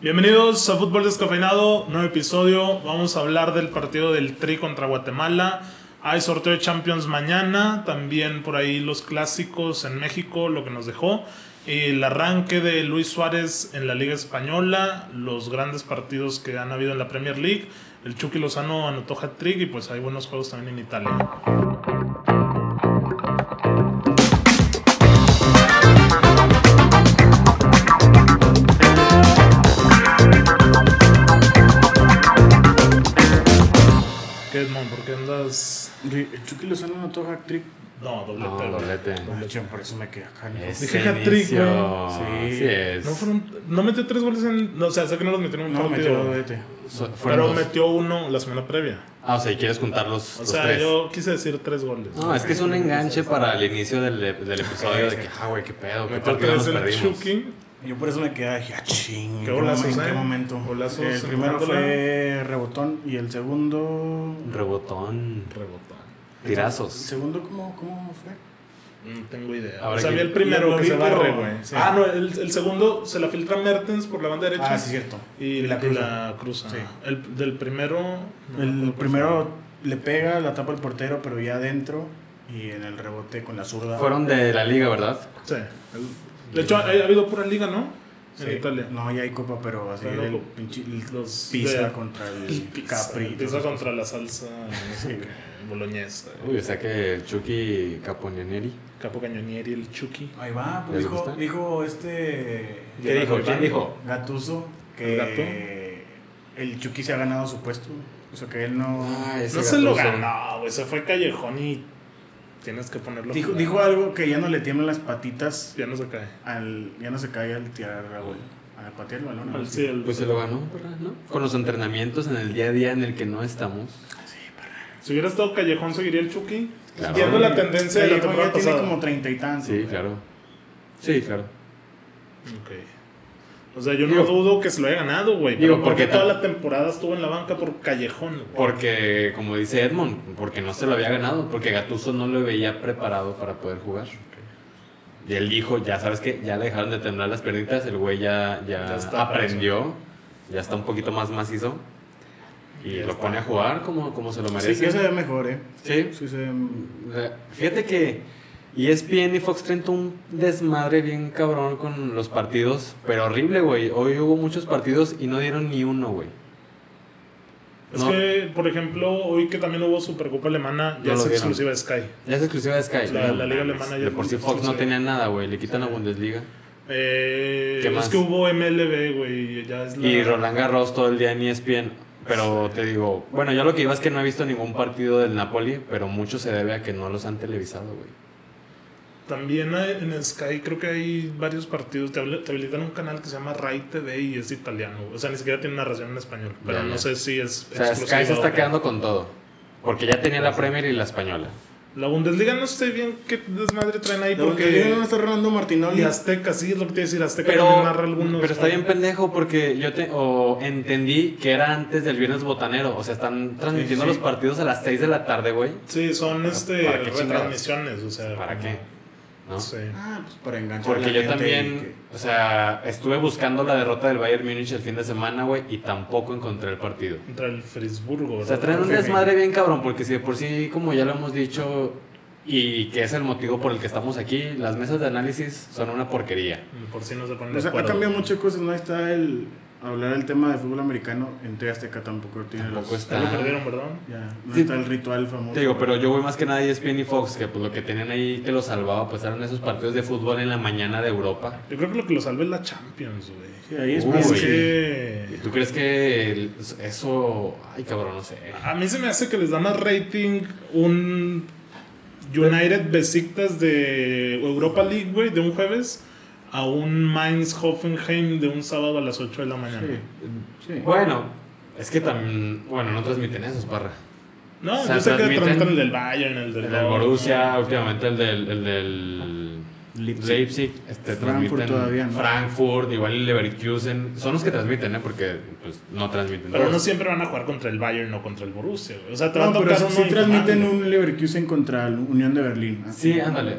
Bienvenidos a Fútbol Descafeinado, nuevo episodio. Vamos a hablar del partido del Tri contra Guatemala. Hay sorteo de Champions mañana, también por ahí los clásicos en México, lo que nos dejó. El arranque de Luis Suárez en la Liga Española, los grandes partidos que han habido en la Premier League. El Chucky Lozano anotó hat-trick y pues hay buenos juegos también en Italia. ¿Qué, Edmond? ¿Por qué andas...? El Chucky Lozano anotó hat trick. No, doble No, perro. doblete. Ah, por eso me quedé acá. ¿no? Es Dije el hat-trick, inicio. güey. Sí, Sí. es. No, fueron- no metió tres goles en... no, o sea, sé que no los metieron en un No, partido. metió doblete. So- fueron Pero dos. metió uno la semana previa. Ah, o sea, y quieres contar los, O los sea, tres. yo quise decir tres goles. No, es que es un enganche para el inicio del, del episodio de que, ah, güey, qué pedo, qué Metió partido tres nos el perdimos. Chucky. Yo por eso me quedé dije, ah, ching. ¿en Qué golazos, momen- ¿En eh? qué momento? Golazos el primero empujándola. fue rebotón y el segundo. Rebotón, Rebotó. ¿El tirazos. segundo cómo, cómo fue? No tengo idea. Ahora o sea, que- vi el primero Lo que vi, se barre, pero- güey. sí. Ah, no, el, el segundo se la filtra Mertens por la banda derecha. Ah, sí, cierto. Y la, la cruza. Sí. El, del primero. no me El acuerdo cuál primero le pega, la tapa el portero, pero ya adentro. Y en el rebote con la zurda. Fueron de la liga, ¿verdad? fue. Sí. El- de hecho, ha, ha habido pura liga, ¿no? Sí. En Italia. No, ya hay copa, pero así. Pero El loco. pinche. el Los- Pisa de- contra El el, pizza, Capri. el pizza contra la salsa no sé qué, boloñesa. eh, Uy, o sea que el Chucky Caponieri. Capo Cañonieri, el Chucky. Ahí va, pues ¿Les dijo, gusta? dijo este ¿Qué dijo? ¿Quién dijo? Gatuso que el Chucky se ha ganado su puesto. O sea que él no. Ah, ese No se lo Gattuso. ganó, güey. Se fue callejón y tienes que ponerlo. dijo, dijo algo que ya no le tiemblan las patitas Ya no se cae. al. Ya no se cae al tirar la bola. Al patear el balón. Al- así. sí, el- Pues se lo ganó, ¿verdad? ¿no? Con los entrenamientos en el día a día en el que no estamos. Si hubiera estado callejón, seguiría el Chucky. Claro. Siguiendo la tendencia de Sí, la dijo, temporada ya tiene pasada. como treinta y tantos. Sí, güey. claro. Sí, claro. Ok. O sea, yo Digo- no dudo que se lo haya ganado, güey. Digo, Pero porque porque ta- toda la temporada estuvo en la banca por callejón, güey. Porque, como dice Edmond, porque no se lo había ganado, porque Gatuso no lo veía preparado para poder jugar. Y él dijo, ya sabes que ya le dejaron de temblar las pernitas, el güey ya, ya, Ya está, aprendió, ya está un poquito más macizo. Y Ya lo está. pone a jugar como, como se lo Sí, merece. ya se ve mejor, eh. Sí. Sí, se ve. Eh, Fíjate que E ESPN y Fox 30 un desmadre bien cabrón con los partidos, pero horrible, güey. Hoy hubo muchos partidos y no dieron ni uno, güey. Es No. que, por ejemplo, hoy que también hubo Supercopa Alemana, ya No es lo vieron. exclusiva de Sky. Ya es exclusiva de Sky. La- No la liga mames. alemana ya De por sí no- Fox no sí. tenía nada, güey. Le quitan la Bundesliga. Eh, ¿Qué Es más? que hubo MLB, güey. Ya es la... Y Roland Garros todo el día en E ESPN. Pero te digo, bueno, yo lo que iba es que no he visto ningún partido del Napoli, pero mucho se debe a que no los han televisado, güey. También hay- en Sky creo que hay varios partidos. Te, habl- te habilitan un canal que se llama Rai TV y es italiano. O sea, ni siquiera tiene narración en español. Pero Ya, no ya. sé si es O sea, Sky se exclusiva o está qué. quedando con todo. Porque ya tenía la Premier y la española. La Bundesliga no sé bien qué desmadre traen ahí La Bundesliga no porque... está Rolando Martinoli. Y Azteca, sí, es lo que te iba a decir. Azteca Pero, también narra algunos. pero está bien pendejo porque yo te, o entendí que era antes del viernes botanero. O sea, están transmitiendo Sí, sí. los partidos a las 6 de la tarde, güey. Sí, son este, Ah, ¿Para qué chingados? retransmisiones. O sea, ¿Para como- qué? ¿No? Sí. Ah, pues para enganchar. a Porque la yo gente y también, que- o sea, estuve buscando la derrota del Bayern Múnich el fin de semana, güey, y tampoco encontré el partido. Contra el Frisburgo, O sea, traen un desmadre bien cabrón, porque si de por sí, como ya lo hemos dicho, y que es el motivo por el que estamos aquí, las mesas de análisis son una porquería. Por si no se ponen O de sea, ha acuerdo. cambiado muchas cosas, no está el hablar el tema de fútbol americano en TV Azteca tampoco tiene Tampoco los- Ya está. lo perdieron, ¿verdad? Ya, no Sí. está el ritual famoso. Te digo, pero yo voy más que nada a E ESPN y Fox, que pues lo que tenían ahí que lo salvaba, pues eran esos partidos de fútbol en la mañana de Europa. Yo creo que lo que lo salve es la Champions, güey. Sí, ahí es Uy. más- Es Sí. que... ¿Tú crees que el- eso... Ay, cabrón, no sé. A mí se me hace que les da más rating un United Besiktas de Europa League, güey, de un jueves, a un Mainz Hoffenheim de un sábado a las 8 de la mañana. Sí. Sí. Bueno, es que también... Bueno, no transmiten esos, parra. No, Se yo sé que transmiten- transmiten el del Bayern, el del, El del Borussia, últimamente el del, el del Leipzig. Leipzig. este, Frankfurt transmiten todavía, ¿no? Frankfurt, igual el Leverkusen. Son los que transmiten, ¿eh? Porque pues, no transmiten. Pero no todos. siempre van a jugar contra el Bayern o contra el Borussia, güey. O sea, te va No, a pero tocar sí, uno sí infumable. transmiten un Leverkusen contra el Unión de Berlín. así. Sí, ándale.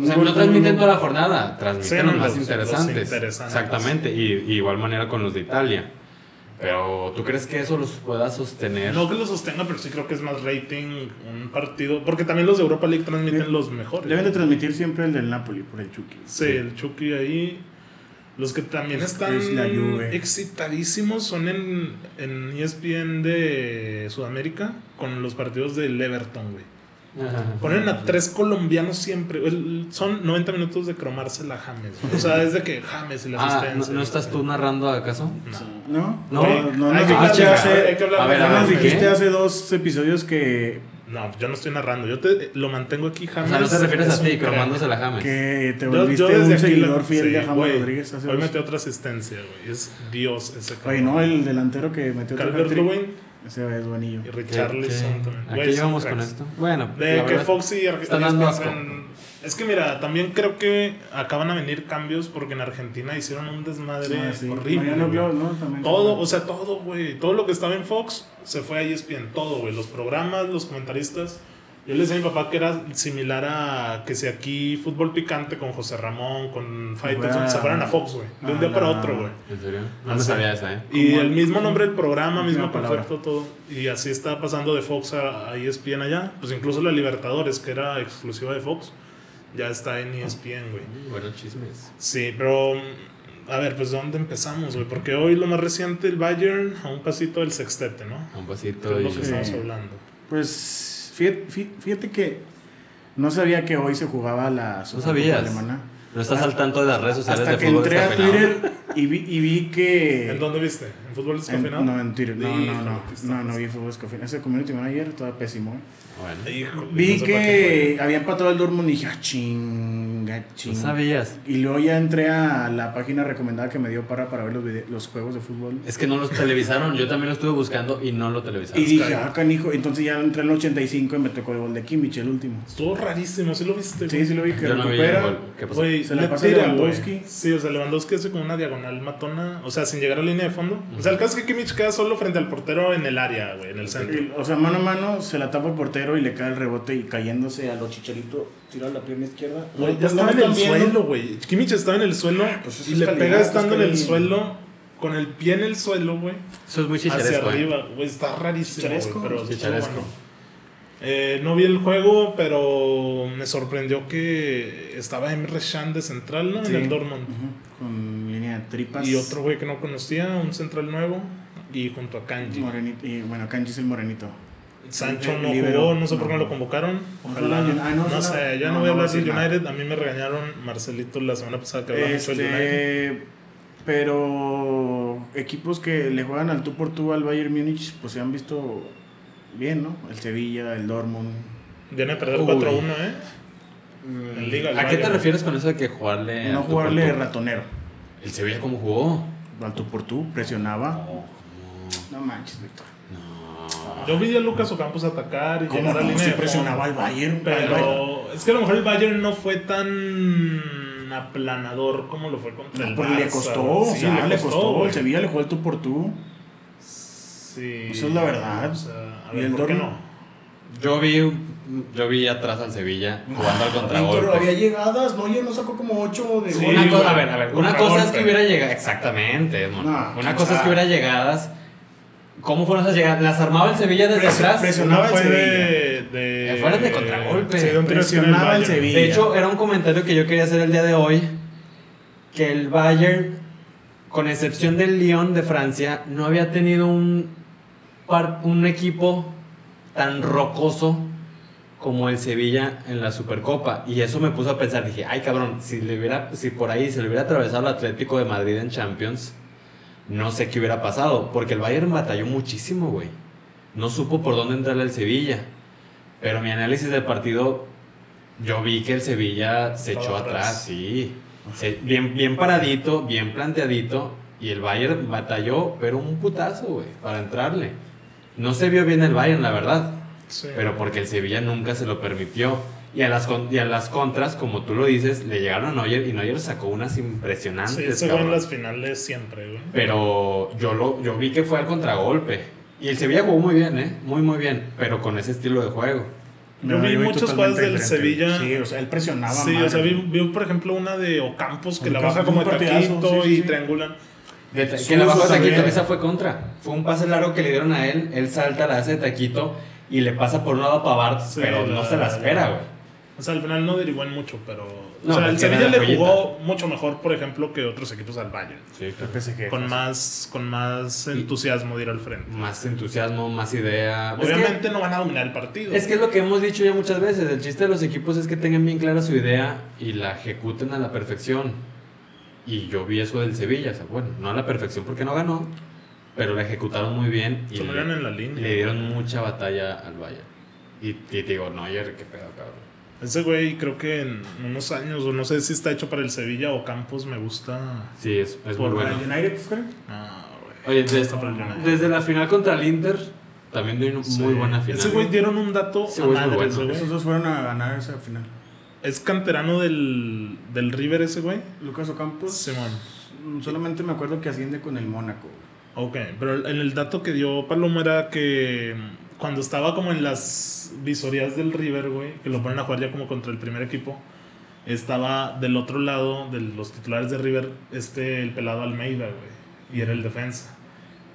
O sea, no transmiten toda la jornada, Sí, transmiten no, los más los- los interesantes. interesantes. Exactamente, y, y igual manera con los de Italia. Pero, ¿tú crees que eso los pueda sostener? No que lo sostenga, pero sí creo que es más rating un partido. Porque también los de Europa League transmiten Deben- los mejores. Deben de transmitir siempre el del Napoli por el Chucky. Sí, el Chucky ahí. Los que también Es- están es la Juve. excitadísimos son en, en E ESPN de Sudamérica con los partidos del Everton, güey. Ponen a tres colombianos siempre. El- son 90 minutos de cromarse la James. güey. O sea, es de que James y la Ah, ¿no, asistencia. no estás tú narrando acaso? ¿No? No. no, no Hay nos que Ah, dijiste chinga. hay hace- que hablar A de ver, no a James, nos ver, güey. dijiste ¿qué? hace dos episodios que, No, yo no estoy narrando. Yo te lo mantengo aquí, O James. sea, no te refieres es a un ti, crack. cromándose la James. que te Yo- yo volviste desde un aquí seguidor lo- fiel sí, de James güey. Rodríguez. Hace Hoy dos- metió otra asistencia, güey. Es Dios ese Oye, no, el delantero que metió otro Calvert hat-trick. Lewin Ese es buenillo. y ¿Qué- Richarlison qué- también. ¿A Güey, qué son llevamos con cracks. esto? Bueno, De la que verdad- Foxy y Argentina dando piensan- Es que mira, también creo que acaban a venir cambios porque en Argentina hicieron un desmadre Ah, sí. horrible. Mariano güey. Gloss, ¿no? También. Todo, o sea, todo, güey. Todo lo que estaba en Fox se fue a ESPN. Todo, güey. Los programas, los comentaristas. Yo le decía a mi papá que era similar a que si aquí fútbol picante con José Ramón, con Faitelson, Fuera- se fueran a Fox, güey. De un a día para la- otro, güey. ¿En serio? No Ah, me sí. sabía esa, ¿eh? Y Como el el- mismo nombre del programa, Última mismo palabra. concepto, todo. Y así está pasando de Fox a, a ESPN allá. Pues incluso la Libertadores, que era exclusiva de Fox, ya está en E ESPN, güey. Mm, Buenos chismes. Sí, pero. mm, A ver, pues ¿dónde empezamos, güey? Porque hoy lo más reciente, el Bayern, a un pasito del sextete, ¿no? Un Que pasito es y... lo que Sí. estamos hablando. Pues fíjate, fí- fíjate que no sabía que hoy se jugaba la Supercopa sabías? alemana. No estás al tanto de las redes sociales Hasta de que fútbol entré a descafeinado. Twitter y vi, y vi que... ¿En dónde viste? ¿En fútbol en- descafeinado? no, en Twitter. No, no, no. Híjole, ¿qué está No, no vi fútbol descafeinado. Ese community manager estaba pésimo. ¿eh? Bueno, Híjole, Vi no sé para qué ¿eh? que había empatado el Dortmund y dije, ah, chinga, ¿tú chinga. sabías? Y luego ya entré a la página recomendada que me dio para, para ver los, vide- los juegos de fútbol. Es que no los televisaron. Yo también lo estuve buscando y no lo Y televisaron. dije, claro. ah, canijo. Entonces ya entré en el 85 y me tocó el gol de Kimmich, el último. fue. Estuvo rarísimo, ¿sí lo viste? güey? Sí, sí lo vi que Yo no vi el recupera. gol. ¿Qué pasó? Güey, Se le la pasa a tira, güey. Lewandowski. Sí, o sea, Lewandowski hace como una diagonal matona, o sea, sin llegar a la línea de fondo. O sea, el caso es que Kimmich queda solo frente al portero en el área, güey, en el centro. O sea, mano a mano, se la tapa el portero y le cae el rebote y cayéndose a los chicharito, tira la pierna izquierda. Güey, No, ya no estaba me en el están viendo. suelo, güey. Kimmich estaba en el suelo Pues eso y es le calidad, pega eso es estando en el calidad. suelo, con el pie en el suelo, güey, Eso es muy hacia chicharesco, ¿eh? arriba. Güey, está rarísimo, güey, Chicharesco. pero estuvo Chicharesco. bueno. Eh, no vi el juego, pero me sorprendió que estaba Emre Can de central, ¿no? Sí. En el Dortmund. Ujú, Con línea de tripas. Y otro güey que no conocía, un central nuevo, y junto a Kanji. Morenito. Y bueno, Kanji es el morenito. Sancho no Liberó. jugó, no sé por qué no No. lo convocaron. Ojalá. Ojalá, ah, no, no, ojalá. sé, ya no, No, voy a no hablar va a del decir nada. United. A mí me regañaron Marcelito la semana pasada que hablaba mucho del United. Este, pero equipos que le juegan al tú por tú al Bayern Múnich, pues se han visto bien, ¿no? El Sevilla, el Dortmund. Viene a perder Uy. 4-1, ¿eh? En Liga, el ¿A qué te Bayern. refieres con eso de que jugarle... no Eh, al tú jugarle por tú? ratonero. ¿El Sevilla cómo jugó? Al tú por tú, presionaba. No, No manches, Víctor. no. Yo vi a Lucas Ocampos atacar y ¿Cómo llegar a no? línea Sí de este presionaba fondo. al Bayern. al Bayern. Pero es que a lo mejor el Bayern no fue tan aplanador como lo fue contra el No, pero le Barça, costó, güey. o sea, le costó. güey. el Sevilla le jugó al tú por tú. Sí. Eso es la verdad. O sea, a ¿Y ver, el ¿por qué Dortmund? no? Yo vi... Yo vi atrás al Sevilla jugando al Víctor, había contragolpe. llegadas, no, yo no sacó como 8 de Sí, gol. una güey. cosa, a ver, a ver, una cosa es Contragolpe. que hubiera llegado. Exactamente, mono. No, Una o cosa es sea- que hubiera llegadas. ¿Cómo fueron esas llegadas? ¿Las armaba el Sevilla desde Presi- atrás? presi- Una Presionaba el fue de, Sevilla. de. Fuera Eh, de contragolpe. Sí, de un tiro de esquina del Presionaba el Bayern. Sevilla. De hecho, era un comentario que yo quería hacer el día de hoy. Que el Bayern, con excepción del Lyon de Francia, no había tenido un, par- un equipo tan rocoso como el Sevilla en la Supercopa. Y eso me puso a pensar, dije, ay cabrón, si, le hubiera, si por ahí se le hubiera atravesado al Atlético de Madrid en Champions, no sé qué hubiera pasado. Porque el Bayern batalló muchísimo, güey. No supo por dónde entrarle al Sevilla. Pero mi análisis del partido, yo vi que el Sevilla se Estaba echó atrás. atrás, sí. Se- bien, bien paradito, bien planteadito. Y el Bayern batalló, pero un putazo, güey, para entrarle. No se vio bien el Bayern, la verdad. Sí. Pero porque el Sevilla nunca se lo permitió. Y a las, con- y a las contras, como tú lo dices, le llegaron a Neuer y Neuer sacó unas impresionantes. Sí, se cabrón. en las finales siempre, güey. Pero yo, lo, yo vi que fue al contragolpe. Y el Sevilla jugó muy bien, ¿eh? Muy, muy bien. Pero con ese estilo de juego. Yo vi muchas jugadas totalmente del diferente. Sevilla. Sí, o sea, él presionaba Sí, más. o sea, vi, vi, por ejemplo una de Ocampos que la Ocampos, baja como un de partidazo, taquito sí, sí, y sí. triangulan. De ta- Suso que la bajó a también. Taquito, esa fue contra. Fue un pase largo que le dieron a él, él salta, la hace de Taquito y le pasa por un lado a Pavard, Sí, pero la- no se la espera, güey. O sea, al final no derivó en mucho, pero. No, o sea, el porque era Sevilla la le joyita. jugó mucho mejor, por ejemplo, que otros equipos al Bayern. El PSG. Con más, con más entusiasmo de ir al frente. Más entusiasmo, más idea. Es que- Obviamente no van a dominar el partido. Es que es lo que hemos dicho ya muchas veces, el chiste de los equipos es que tengan bien clara su idea y la ejecuten a la perfección. Y yo vi eso del Sevilla, o sea, bueno, no a la perfección porque no ganó, pero la ejecutaron muy bien y le, Estuvieron en la línea. le dieron mucha batalla al Bayern. Y, y te digo, no, ayer qué pedo, cabrón. Ese güey creo que en unos años, o no sé si está hecho para el Sevilla o Campos, me gusta. Sí, es, es muy Por bueno. ¿El United, creo? Ah, güey. Oye, No des- está para el United. desde la final contra el Inter, también dio una Sí. muy buena final. Ese güey dieron un dato Ese a güey es madre, muy bueno. ese güey. Esos dos fueron a ganar esa final. Es canterano del, del River ese güey. Lucas Ocampos. Simón. mm, Solamente me acuerdo que asciende con el Mónaco. Ok, pero el, el dato que dio Palomo era que mm, cuando estaba como en las visorías del River, güey, que lo ponen a jugar ya como contra el primer equipo, estaba del otro lado de los titulares de River, este, el pelado Almeida, güey, y era el defensa.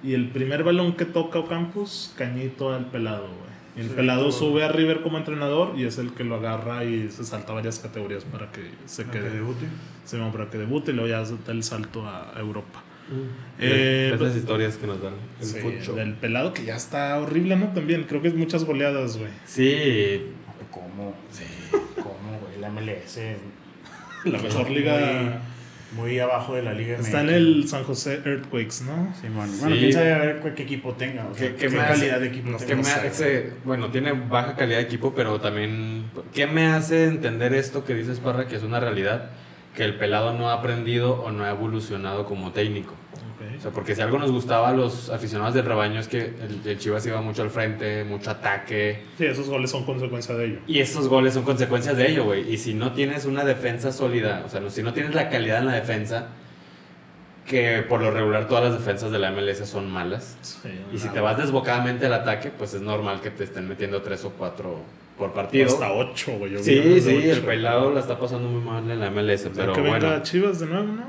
Y el primer balón que toca Ocampos, cañito al pelado, güey. Y el Sí, pelado todo. sube a River como entrenador y es el que lo agarra y se salta varias categorías para que se Que quede. debute. Sí, no, para que debute y luego ya da el salto a Europa. Eh, Eh, Esas historias que nos dan el Sí, fucho. del pelado que ya está horrible, ¿no? También creo que es muchas goleadas, güey. Sí, ¿Cómo? Sí. ¿Cómo, güey? La MLS. La mejor liga Muy, muy abajo de la Liga está en MX. el San José Earthquakes, ¿no? Sí, man. Sí. Bueno, quién sabe a ver qué, qué equipo tenga. O sea, ¿Qué- qué, qué me hace? calidad de equipo No, que tenga. me sé. hace, bueno, tiene baja calidad de equipo, pero también, ¿qué me hace entender esto que dices, Parra, que es una realidad? Que el pelado no ha aprendido o no ha evolucionado como técnico. O sea, porque si algo nos gustaba a los aficionados del rebaño es que el, el Chivas iba mucho al frente, mucho ataque, Sí, esos goles son consecuencia de ello. y esos goles son consecuencias de ello, güey. Y si no tienes una defensa sólida, o sea, no- si no tienes la calidad en la defensa, que por lo regular todas las defensas de la MLS son malas. Y si te vas desbocadamente al ataque, pues es normal que te estén metiendo tres o cuatro por partido. Hasta 8, güey. yo vi sí, goles de sí, el ocho. pelado la está pasando muy mal en la MLS, O sea, pero que venga bueno, Chivas de nuevo, ¿no?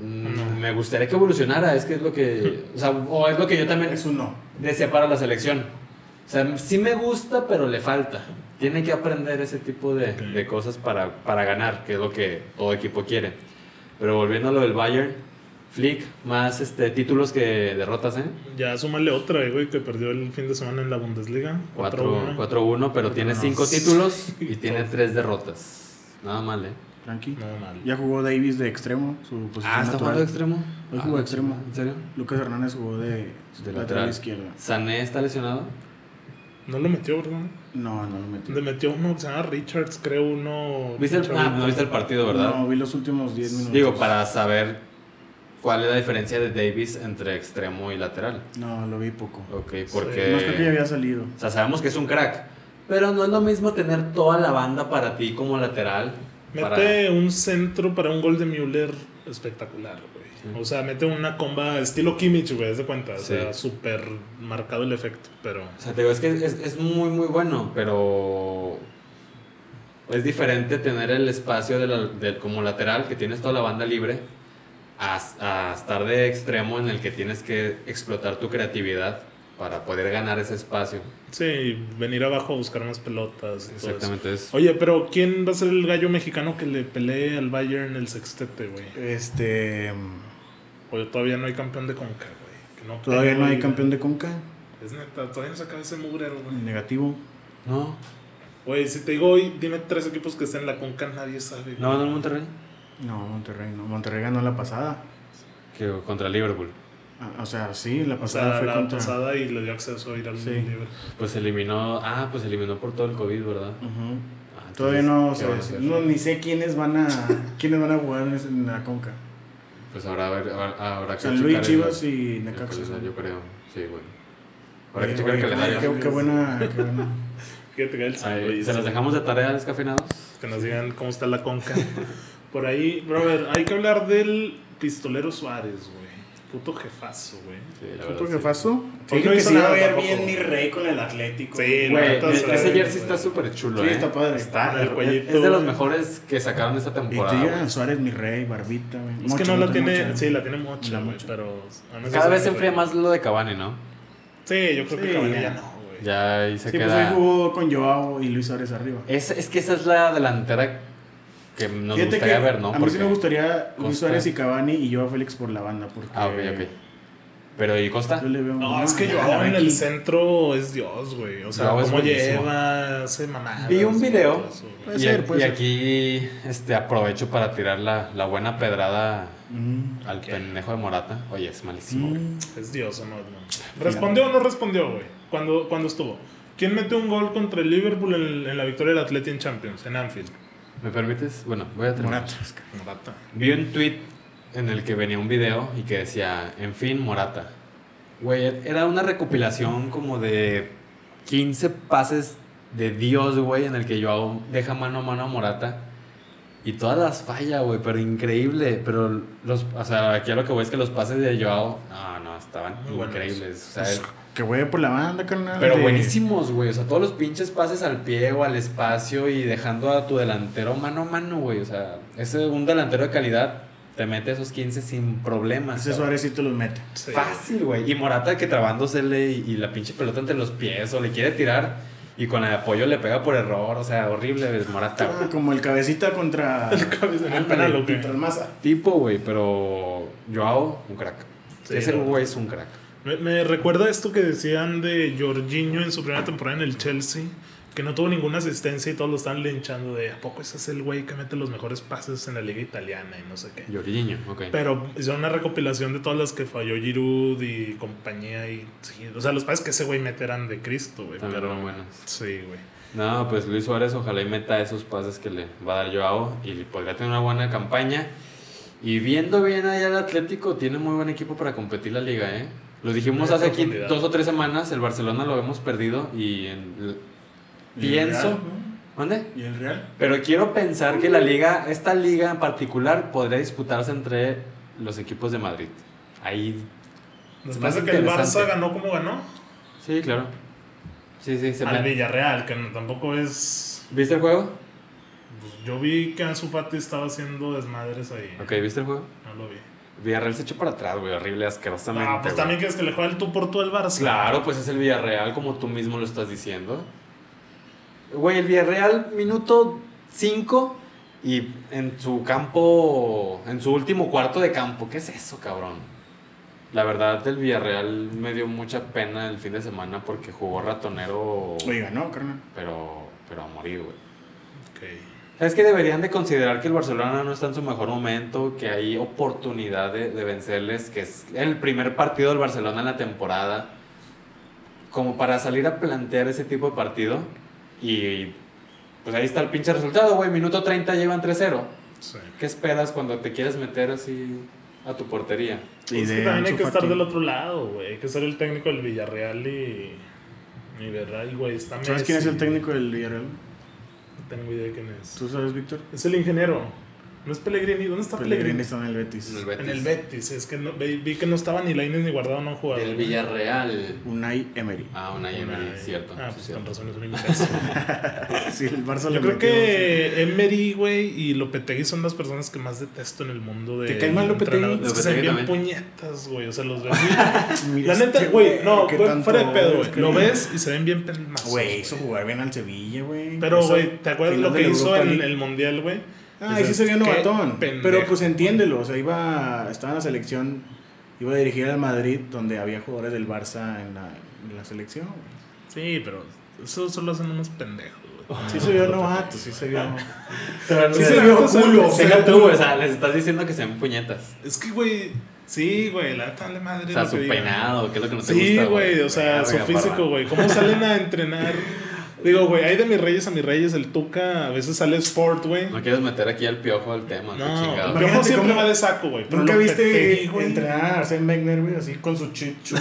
mm, me gustaría que evolucionara, es que es lo que, o sea, o es lo que yo también Es un no. deseo para la selección. O sea, sí me gusta, pero le falta. Tiene que aprender ese tipo de, Ok. de cosas para, para ganar, que es lo que todo equipo quiere. Pero volviendo a lo del Bayern, Flick, más este, títulos que derrotas, ¿eh? Ya súmale otra, eh, güey, que perdió el fin de semana en la Bundesliga. 4-1. 4-1, pero tiene No. 5 títulos y tiene 3 derrotas. Nada mal, ¿eh? Tranqui. No, mal. Ya jugó Davis de extremo, su posición Pues Ah, ¿está natural. jugando de extremo? Hoy Ah, jugó de extremo. ¿En serio? Lucas Hernández jugó de, De lateral, lateral. izquierda. ¿Sané está lesionado? No lo metió, ¿verdad? No, no lo metió. Le metió uno que se llama Richards, creo, uno. ¿Viste el, ah, no viste el partido, ¿verdad? No, vi los últimos 10 minutos. Digo, para saber cuál es la diferencia de Davis entre extremo y lateral. No, lo vi poco. Ok, No creo que ya porque... había salido. O sea, sabemos que es un crack. Pero no es lo mismo tener toda la banda para ti como lateral. para- Mete un centro para un gol de Müller espectacular, güey. O sea, mete una comba estilo Kimmich, güey, haz de cuenta. O Sí. sea, súper marcado el efecto, pero... O sea, te digo, es que es, es muy, muy bueno, pero es diferente tener el espacio de la- del- como lateral, que tienes toda la banda libre, a, a estar de extremo en el que tienes que explotar tu creatividad para poder ganar ese espacio. Sí, venir abajo a buscar más pelotas. y todo eso. Exactamente. Es, Oye, pero ¿quién va a ser el gallo mexicano que le pelee al Bayern el sextete, güey? Este. Oye, todavía no hay campeón de Conca, güey. Que no Todavía creo, no hay güey. campeón de Conca. Es neta, todavía no se acaba ese mugrero, güey. Negativo. no, Güey, si te digo hoy, dime tres equipos que estén en la Conca, nadie sabe. güey. no ganó el Monterrey. No, Monterrey no. Monterrey ganó la pasada. Que contra Liverpool. Ah, O sea, sí, la O pasada sea, fue la contra. pasada y le dio acceso a ir al Sí. Liverpool. Pues eliminó. Ah, pues eliminó por todo el COVID, ¿verdad? Ujú. Ah, Todavía entonces, no, ¿qué sé, van a hacer? no, ni sé quiénes van a quiénes van a jugar en ese- en la Conca. Pues habrá, habrá, habrá que San Luis, checar el- pues, Chivas y El Necaxa. calendario, creo. Sí, bueno. Ahora que Oye, checar el oye, calendario. Qué, qué buena, qué buena. Fíjate que el San Ahí, Luis, Se los dejamos de tarea descafeinados. Que nos digan cómo está la conca. Por ahí, brother, hay que hablar del pistolero Suárez, güey. Puto jefazo, güey. la ¿Otro verdad, sí. jefazo? Sí, Oye, no que hizo se iba a nada ver tampoco. bien mi rey con el Atlético. Sí, la Güey, neta, el- sí. ese jersey está súper chulo, Sí, eh. está padre. Con el cuellito, Es de los güey. mejores que sacaron esta Y temporada. te güey. llega Suárez mi rey, barbita, güey. Es que Mocha, no la mocha, tiene. mocha. Sí, la tiene mucho, La güey, mucho. pero. a mí Cada se vez me se enfría fue. más lo de Cavani, ¿no? Sí, yo creo Sí, que Cavani ya. ya no, güey. Ya ahí se Sí, pues queda. ahí jugó con Joao y Luis Suárez arriba. es, es que esa es la delantera que nos Fíjate gustaría que ver, ¿no? a mí sí Porque- me gustaría Luis Costa. Suárez y Cavani y Joao Félix por la banda. Porque Ah, ok, ok. Pero ¿y Costa? Yo le veo No, es que ah, Joao en el aquí. centro es Dios, güey. O sea, Joao es cómo buenísimo. lleva, hace mamadas. Vi un video. todo eso, güey. Puede y, ser, puede y ser. aquí este, aprovecho para tirar la, la buena pedrada Mm, al pendejo de Morata. Oye, es malísimo. güey. mm. Es Dios, o no, no. ¿Respondió o no respondió, güey? ¿Cuándo, cuándo estuvo? ¿Quién metió un gol contra el Liverpool en, en la victoria del Atleti en Champions, en Anfield? ¿Me permites? Bueno, voy a terminar. Morata. Morata. Vi un tweet en el que venía un video y que decía, en fin, Morata. Güey, era una recopilación como de 15 pases de Dios, güey, en el que yo hago, deja mano a mano a Morata. Y todas las falla, güey, pero increíble. Pero los, o sea, aquí a lo que voy es que los pases de Joao, no, no, estaban Muy buenos. increíbles. O sea, Pues, que güey por la banda, carnal. pero de- buenísimos, güey. O sea, todos los pinches pases al pie o al espacio y dejando a tu delantero mano a mano, güey. O sea, ese un delantero de calidad te mete esos 15 sin problemas. Ese cabrón. Suárez sí te los mete. Sí. Fácil, güey. Y Morata que trabándosele y, y la pinche pelota entre los pies o le quiere tirar y con el apoyo le pega por error. O sea, horrible, güey, Morata. güey. Ah, Como el cabecita contra. el cabeza en el penal, ¿o qué? Contra el Maza. Tipo, güey, pero Joao, un crack. Sí, ese no. güey es un crack. Me, me recuerda esto que decían de Jorginho en su primera temporada en el Chelsea, que no tuvo ninguna asistencia y todos lo están linchando de ¿a poco ese es el güey que mete los mejores pases en la liga italiana y no sé qué? Jorginho, ok. Pero hicieron una recopilación de todas las que falló Giroud y compañía y sí, o sea, los pases que ese güey mete eran de Cristo, güey, También pero eran buenos. sí, güey. No, pues Luis Suárez ojalá y meta esos pases que le va a dar Joao y podría tener una buena campaña. Y viendo bien allá el Atlético, tiene muy buen equipo para competir la liga, ¿eh? Lo dijimos Mucha hace aquí profundidad. dos o tres semanas, el Barcelona lo hemos perdido y en- l- pienso... ¿Dónde? ¿Y el Real? Pero quiero pensar que la liga, esta liga en particular, podría disputarse entre los equipos de Madrid. Ahí... Se me Después hace de que el Barça interesante. ganó como ganó Sí, claro. Sí, sí, se al me... Villarreal, que no- tampoco es ¿Viste el juego? pues, yo vi que Ansu Fati estaba haciendo desmadres ahí. Ok, ¿viste el juego? No lo vi. Villarreal se echó para atrás, güey, horrible, asquerosamente. Ah, pues güey. también quieres que le juegue el tú por tú al Barça. Claro, pues es el Villarreal, como tú mismo lo estás diciendo. Güey, el Villarreal, minuto 5 y en su campo, en su último cuarto de campo. ¿Qué es eso, cabrón? La verdad, el Villarreal me dio mucha pena el fin de semana porque jugó ratonero, Oiga, no, carnal. pero, pero a morir, güey. Ok. Es que deberían de considerar que el Barcelona no está en su mejor momento, que hay oportunidad de, de vencerles, que es el primer partido del Barcelona en la temporada, como para salir a plantear ese tipo de partido. Y pues ahí está el pinche resultado, güey. Minuto 30 llevan 3-0. Sí. ¿Qué esperas cuando te quieres meter así a tu portería? Y es de que también hay Ansu que estar Fati. del otro lado, güey. Hay que ser el técnico del Villarreal y. Y verdad, y, güey, está ¿Sabes Messi. quién es el técnico del Villarreal? No tengo idea de quién es. ¿Tú sabes, Víctor? Es el ingeniero. No es Pellegrini. ¿Dónde está Pellegrini? Pellegrini está en el Betis. En el En el Betis. Es que no- vi vi que no estaba ni Lainez ni Guardado, no jugaba. Del Villarreal. Unai Emery. Ah, una Emery, cierto. Ah, sí, pues cierto. con razón es un imbécil. Sí, el Barça le Yo creo metió, que Emery, güey, y Lopetegui son las personas que más detesto en el mundo de. ¿Te cae mal Lopetegui? entrenadores. Es que se ven Lopetegui bien puñetas, güey. O sea, los ves bien- sí. Mira La neta, este güey, no, que güey, tanto fuera de pedo, es güey. que- Ah, Lo ves y se ven bien pelmazos. Güey, hizo jugar bien al Sevilla, güey. Pero, Esa güey, ¿te acuerdas final lo de que la hizo Europa en League. el Mundial, güey? Ah, ahí Dices, sí se vio qué novatón. pendejo. Pero pues entiéndelo, o sea, iba, estaba en la selección, iba a dirigir al Madrid, donde había jugadores del Barça en la, en la selección. güey. Sí, pero eso solo hacen unos pendejos, güey. Oh. Sí se vio novato, sí se vio. Sí se vio culo. Deja tú, güey, o sea, les estás diciendo que se ven puñetas. Es que, güey, sí, güey, la neta, vale madre. O sea, lo su que digan. peinado, que es lo que no te Sí, gusta. güey, o sea, su Verga, parra. físico, güey. ¿Cómo salen a entrenar? Digo, güey, hay de mis reyes a mis reyes, el Tuca a veces sale Sport, güey. No quieres meter aquí al piojo al tema, qué No, chingados. pero no Imagínate siempre cómo- va de saco, güey. Pero ¿Nunca viste Lopetegui, entrenar a Arsene Wenger, güey, así con su chichu?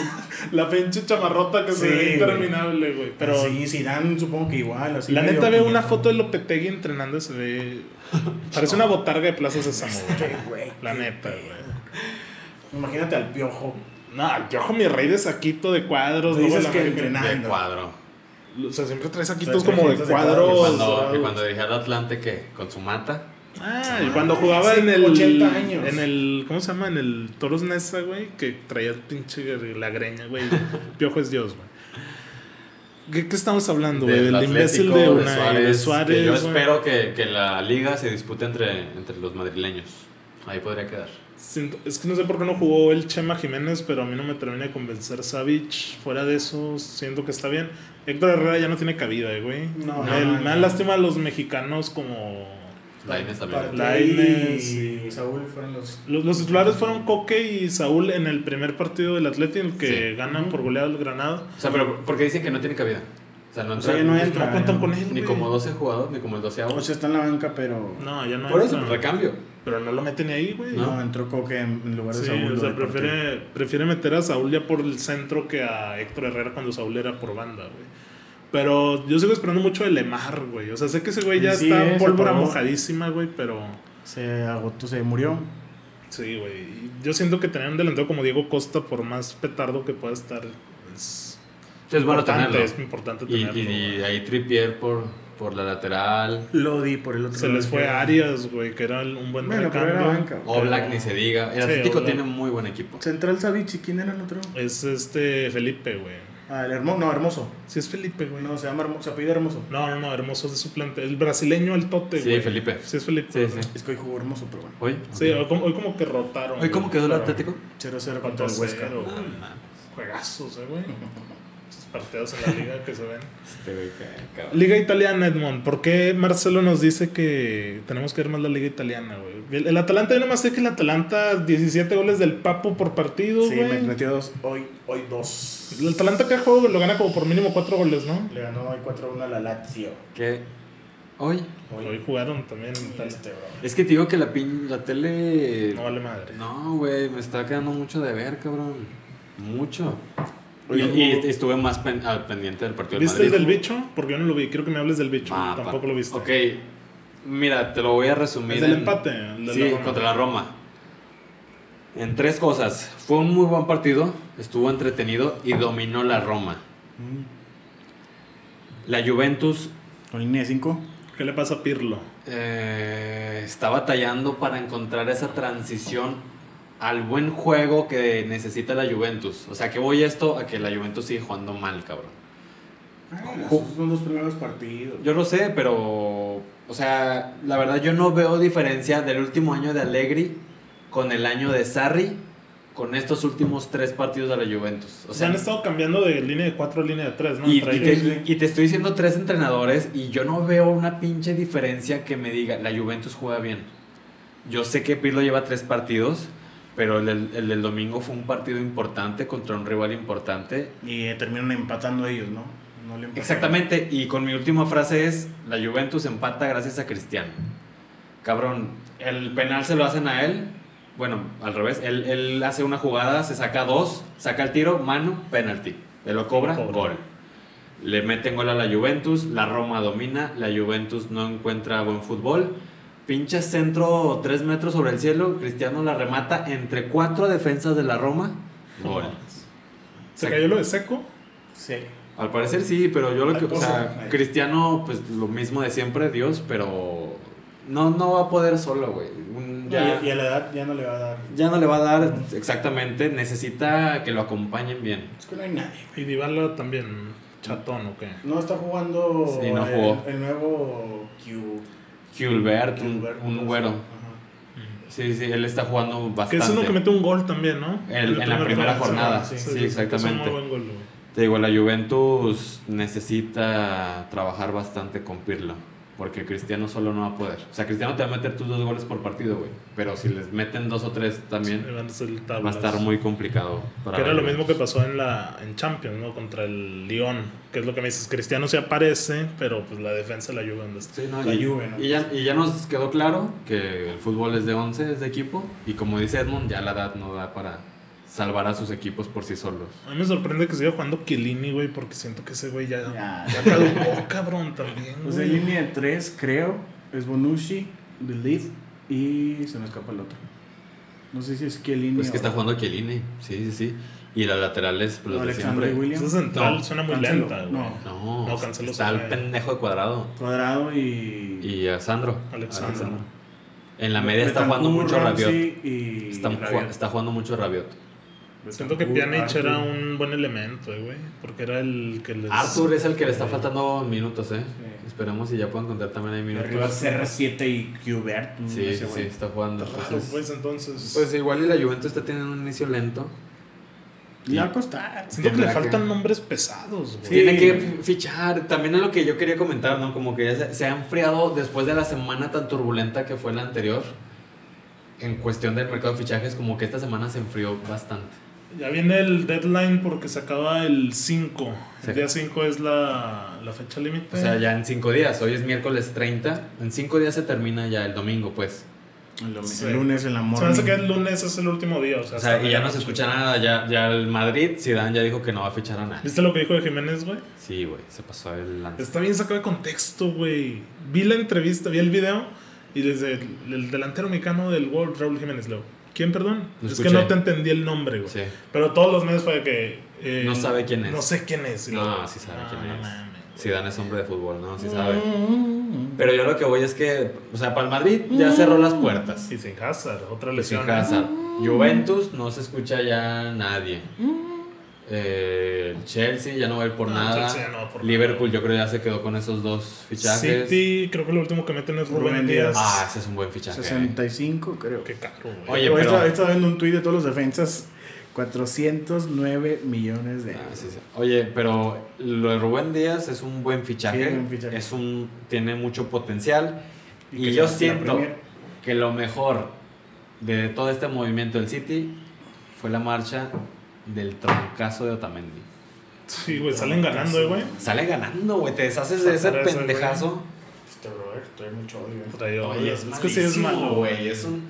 La pinche chamarrota que se Sí, ve güey. interminable, güey. Pero Pero sí, Zidane supongo que igual, así. la medio neta veo una puñetón. foto de Lopetegui entrenando y se ve. Parece una botarga de Plaza Sésamo, güey. La neta, güey. Imagínate al piojo. No, el piojo mi rey de saquito de cuadros. Tú dices luego la que América- entrenar. De cuadro. O sea, siempre trae O saquitos sea, como de saquitos de cuadros. cuadros. Cuando, que dorados. cuando dirigía al Atlante, que con su mata. Ah, y cuando jugaba hace en el. 80 años. En el. ¿Cómo se llama? En el Toros Nesa, güey. Que traía el pinche la greña, güey. Piojo es Dios, güey. ¿Qué, qué estamos hablando, güey? Del imbécil de Atlético, Unai, de Suárez. que yo güey. espero que, que la liga se dispute entre, entre los madrileños. Ahí podría quedar. Siento- es que no sé por qué no jugó el Chema Jiménez, pero a mí no me termina de convencer Savich. Fuera de eso, siento que está bien. Héctor Herrera ya no tiene cabida, eh, güey. No, me, no, me no. dan lástima a los mexicanos como... Lainez Para también. La- Lainez y- y Saúl fueron los. Los, los titulares fueron Coque y Saúl en el primer partido del Atleti, en el que ganan por goleada al Granada. Pues, O sea, pero porque dicen que no tiene cabida. O sea, no O sea, entra ya no ni- entra. eh, No cuentan con él. ni güey. como 12 jugadores, ni como el 12 O sea, está en la banca, pero. No, ya no Por eso, entran. recambio. Pero no lo meten ni ahí, güey. No. No, entró Coque en en lugar de Sí, Saúl. o sea, de partido. prefiere, prefiere meter a Saúl ya por el centro que a Héctor Herrera cuando Saúl era por banda, güey. Pero yo sigo esperando mucho de Lemar, güey. O sea, sé que ese güey ya Sí, está eh, se pólvora apagó. mojadísima, güey, pero. Se agotó, se murió. Sí, güey. Y Yo siento que tener un delantero como Diego Costa, por más petardo que pueda estar, es, Es bueno importante, tenerlo. es importante Y, tenerlo. güey. y de ahí Trippier por, por la lateral. Lo di por el otro Se lado. les fue Arias, güey, que era el- un buen Bueno, pero era recambio. banca. O Black ni se diga. El Eh, Sí, Atlético Oblak. tiene muy buen equipo. Central Savici, ¿quién era el otro? Es este Felipe, güey. Ah, el hermoso. No, hermoso. Sí, es Felipe, güey. No, No, se llama hermoso. Se apellida hermoso. no, no, hermoso es de suplente. El brasileño, el tote, Sí, güey. Felipe. Sí, es Felipe. Sí, sí. Es que hoy jugó hermoso, pero bueno. Hoy. Sí, hoy como, hoy como que rotaron. Hoy, ¿cómo güey, quedó el pero- Atlético? 0-0 contra el 4-0, Huesca. güey. Juegazos, eh, güey. Esos partidos en la liga que se ven. Este güey, qué cabrón. Liga Italiana, Edmond. ¿Por qué Marcelo nos dice que tenemos que ver más la Liga Italiana, güey? El, el Atalanta, yo nomás sé que el Atalanta, 17 goles del Papu por partido, Sí, güey. me metió dos. Hoy, hoy dos. El Atalanta cada juego lo gana como por mínimo cuatro goles, ¿no? Le ganó hoy 4-1 a la Lazio. ¿Qué? Hoy. Hoy jugaron también. tal- Este, bro. Es que te digo que la, pin- la tele. No vale madre. No, güey, me está quedando mucho de ver, cabrón. Mucho. Y, Oye, y jugó- estuve más pen- al pendiente del partido ¿Viste el Madrid. del bicho? Porque yo no lo vi. Quiero que me hables del bicho. Ah, pa- Tampoco lo viste. Ok, mira, te lo voy a resumir. Es del en- empate. el de Sí, la Roma. contra la Roma. En tres cosas. Fue un muy buen partido, estuvo entretenido y dominó la Roma. Mm. La Juventus Con línea de 5. ¿Qué le pasa a Pirlo? eh, está batallando para encontrar esa transición al buen juego que necesita la Juventus. O sea, que voy esto a que la Juventus sigue jugando mal, cabrón. Ju- Ah, Esos son los primeros partidos. Yo lo sé, pero. O sea, la verdad yo no veo diferencia del último año de Allegri con el año de Sarri con estos últimos tres partidos de la Juventus. O O sea, sea, han estado cambiando de línea de cuatro a línea de tres, ¿no? y, Entre y te, ellos. y te estoy diciendo tres entrenadores y yo no veo una pinche diferencia que me diga la Juventus juega bien. Yo sé que Pirlo lleva tres partidos, pero el, del- el del domingo fue un partido importante contra un rival importante Y eh, terminan empatando ellos, ¿no? No le empataron. Exactamente, y con mi última frase es, la Juventus empata gracias a Cristiano. Cabrón, el penal se lo hacen a él, bueno, al revés, él, él hace una jugada, se saca dos, saca el tiro, mano, penalti, le lo cobra, Cobra. gol. Le meten gol a la Juventus, la Roma domina, la Juventus no encuentra buen fútbol. Pinche centro 3 metros sobre el cielo, Cristiano la remata entre cuatro defensas de la Roma. Gol. ¿Se cayó lo de seco? Sí. Al parecer sí, pero yo lo que. Ay, O sea, pues, Cristiano, pues lo mismo de siempre, Dios, pero. No, no va a poder solo, güey. Un- Ya, Y, y a la edad ya no le va a dar. ya no le va a dar exactamente. Necesita que lo acompañen bien. Es que no hay nadie. Y Dybala también. Chatón, ¿o qué? No está jugando Sí, no el, jugó. el nuevo Q. Gilbert, un, Gilbert, un no sé. güero. Ajá. Sí, sí, él está jugando Que bastante. es uno que mete un gol también, ¿no? En- en la primer primera torneo, jornada, ¿no? sí, exactamente. Es un muy buen gol, güey. Te digo, la Juventus necesita trabajar bastante con Pirlo. Porque Cristiano solo no va a poder. O sea, Cristiano te va a meter tus dos goles por partido, güey. Pero si les meten dos o tres también. Ahí van a ser Va a tablas. estar muy complicado. para Que era la lo mismo que Juventus. pasó en la en Champions, ¿no? Contra el Lyon, que es lo que me dices. Cristiano se aparece, pero pues la defensa la ayuda donde está. Sí, no, La y, Juve, ¿no? y ya, y ya nos quedó claro que el fútbol es de 11, es de equipo. Y como dice Edmond, ya la edad no da para salvar a sus equipos por sí solos. A mí me sorprende que siga jugando Chiellini, güey, porque siento que ese güey ya, ya. Ya. caducó, cabrón, también. Pues en güey. línea de 3, creo. Es Bonucci, The Leaf y se me escapa el otro. No sé si es Chiellini Pues que o- está jugando Chiellini, sí, sí, sí. Y la lateral es pues, o los de Alexander siempre. Williams. Esa central No, suena muy Cancelo, lenta, güey. no. No, No, Cancelo está se el fue. pendejo de cuadrado. Cuadrado y... Y a Sandro. Alexandro. En la media está Bentancur, jugando mucho Ramsey Rabiot. Y Está, ju- Rabiot. está jugando mucho Rabiot. Siento que Bentancur, Pjanic Uh, Arthur. era un buen elemento, eh, güey. Porque era el que les... Arthur es el que le está faltando minutos, ¿eh? Sí. Esperemos si ya puedan contar también ahí Y Arriba minutos. CR7 y Qbert. no Sí, sé, sí, sí, güey. está jugando. Raro, Entonces, pues, entonces... pues igual y la Juventus está teniendo un inicio lento. Le va a costar. siento que le tendrá que- faltan nombres pesados, güey. Sí. Tiene que fi- fichar. También es lo que yo quería comentar, ¿no? Como que ya se, se ha enfriado después de la semana tan turbulenta que fue la anterior. En cuestión del mercado de fichajes, como que esta semana se enfrió bastante. Ya viene el deadline porque se acaba el 5. Sí. El día 5 es la, la fecha límite. O sea, ya en cinco días. Hoy es miércoles 30. En cinco días se termina ya el domingo, pues. El, domingo- Sí. el lunes en la Se me morning. hace que el lunes es el último día. O sea, O hasta sea, y ya no medianoche. se escucha nada. Ya, ya el Madrid, Zidane ya dijo que no va a fichar a nadie. ¿Viste lo que dijo de Jiménez, güey? Sí, güey, se pasó el lance. Está bien sacado de contexto, güey. Vi la entrevista, vi el video y desde el, el delantero mexicano del gol, Raúl Jiménez Leo. ¿Quién, perdón? Lo es escuché. que no te entendí el nombre, güey. Sí. Pero todos los medios fue de que. eh, No sabe quién es. No sé quién es. Y No, lo- sí sabe Ah, quién no es. mames. Zidane es hombre de fútbol, ¿no? Sí sabe. Mm, Pero yo lo que voy es que, o sea, para el Madrid ya cerró las puertas. Y sin Hazard, otra Pues sin lesión. Hazard. Juventus no se escucha ya nadie. Eh, el Chelsea ya no va a ir por No, nada. Chelsea ya no va por nada. Liverpool yo creo ya se quedó con esos dos fichajes. City, pues, creo que lo último que meten es Rubén, Rubén Díaz. Díaz. Ah, ese es un buen fichaje. 65, creo. Qué caro, güey. Ah, Oye, Pero pero- estaba- estaba viendo un tuit de todos los defensas. 409 millones de Ah, euros. sí, sí. Oye, pero lo de Rubén Díaz es un buen fichaje. Sí, es buen fichaje. Es un, tiene mucho potencial. Y Y, que yo sea la siento Premier. que lo mejor de todo este movimiento del City fue la marcha del troncazo de Otamendi. Sí, Ah, güey, salen ganando, eh, güey. Sale ganando, güey. Te deshaces de ese Por eso, güey. pendejazo. Este Robert trae mucho odio. ¿eh? Trae odio. Oye, es, que sí es malo, güey. Es un,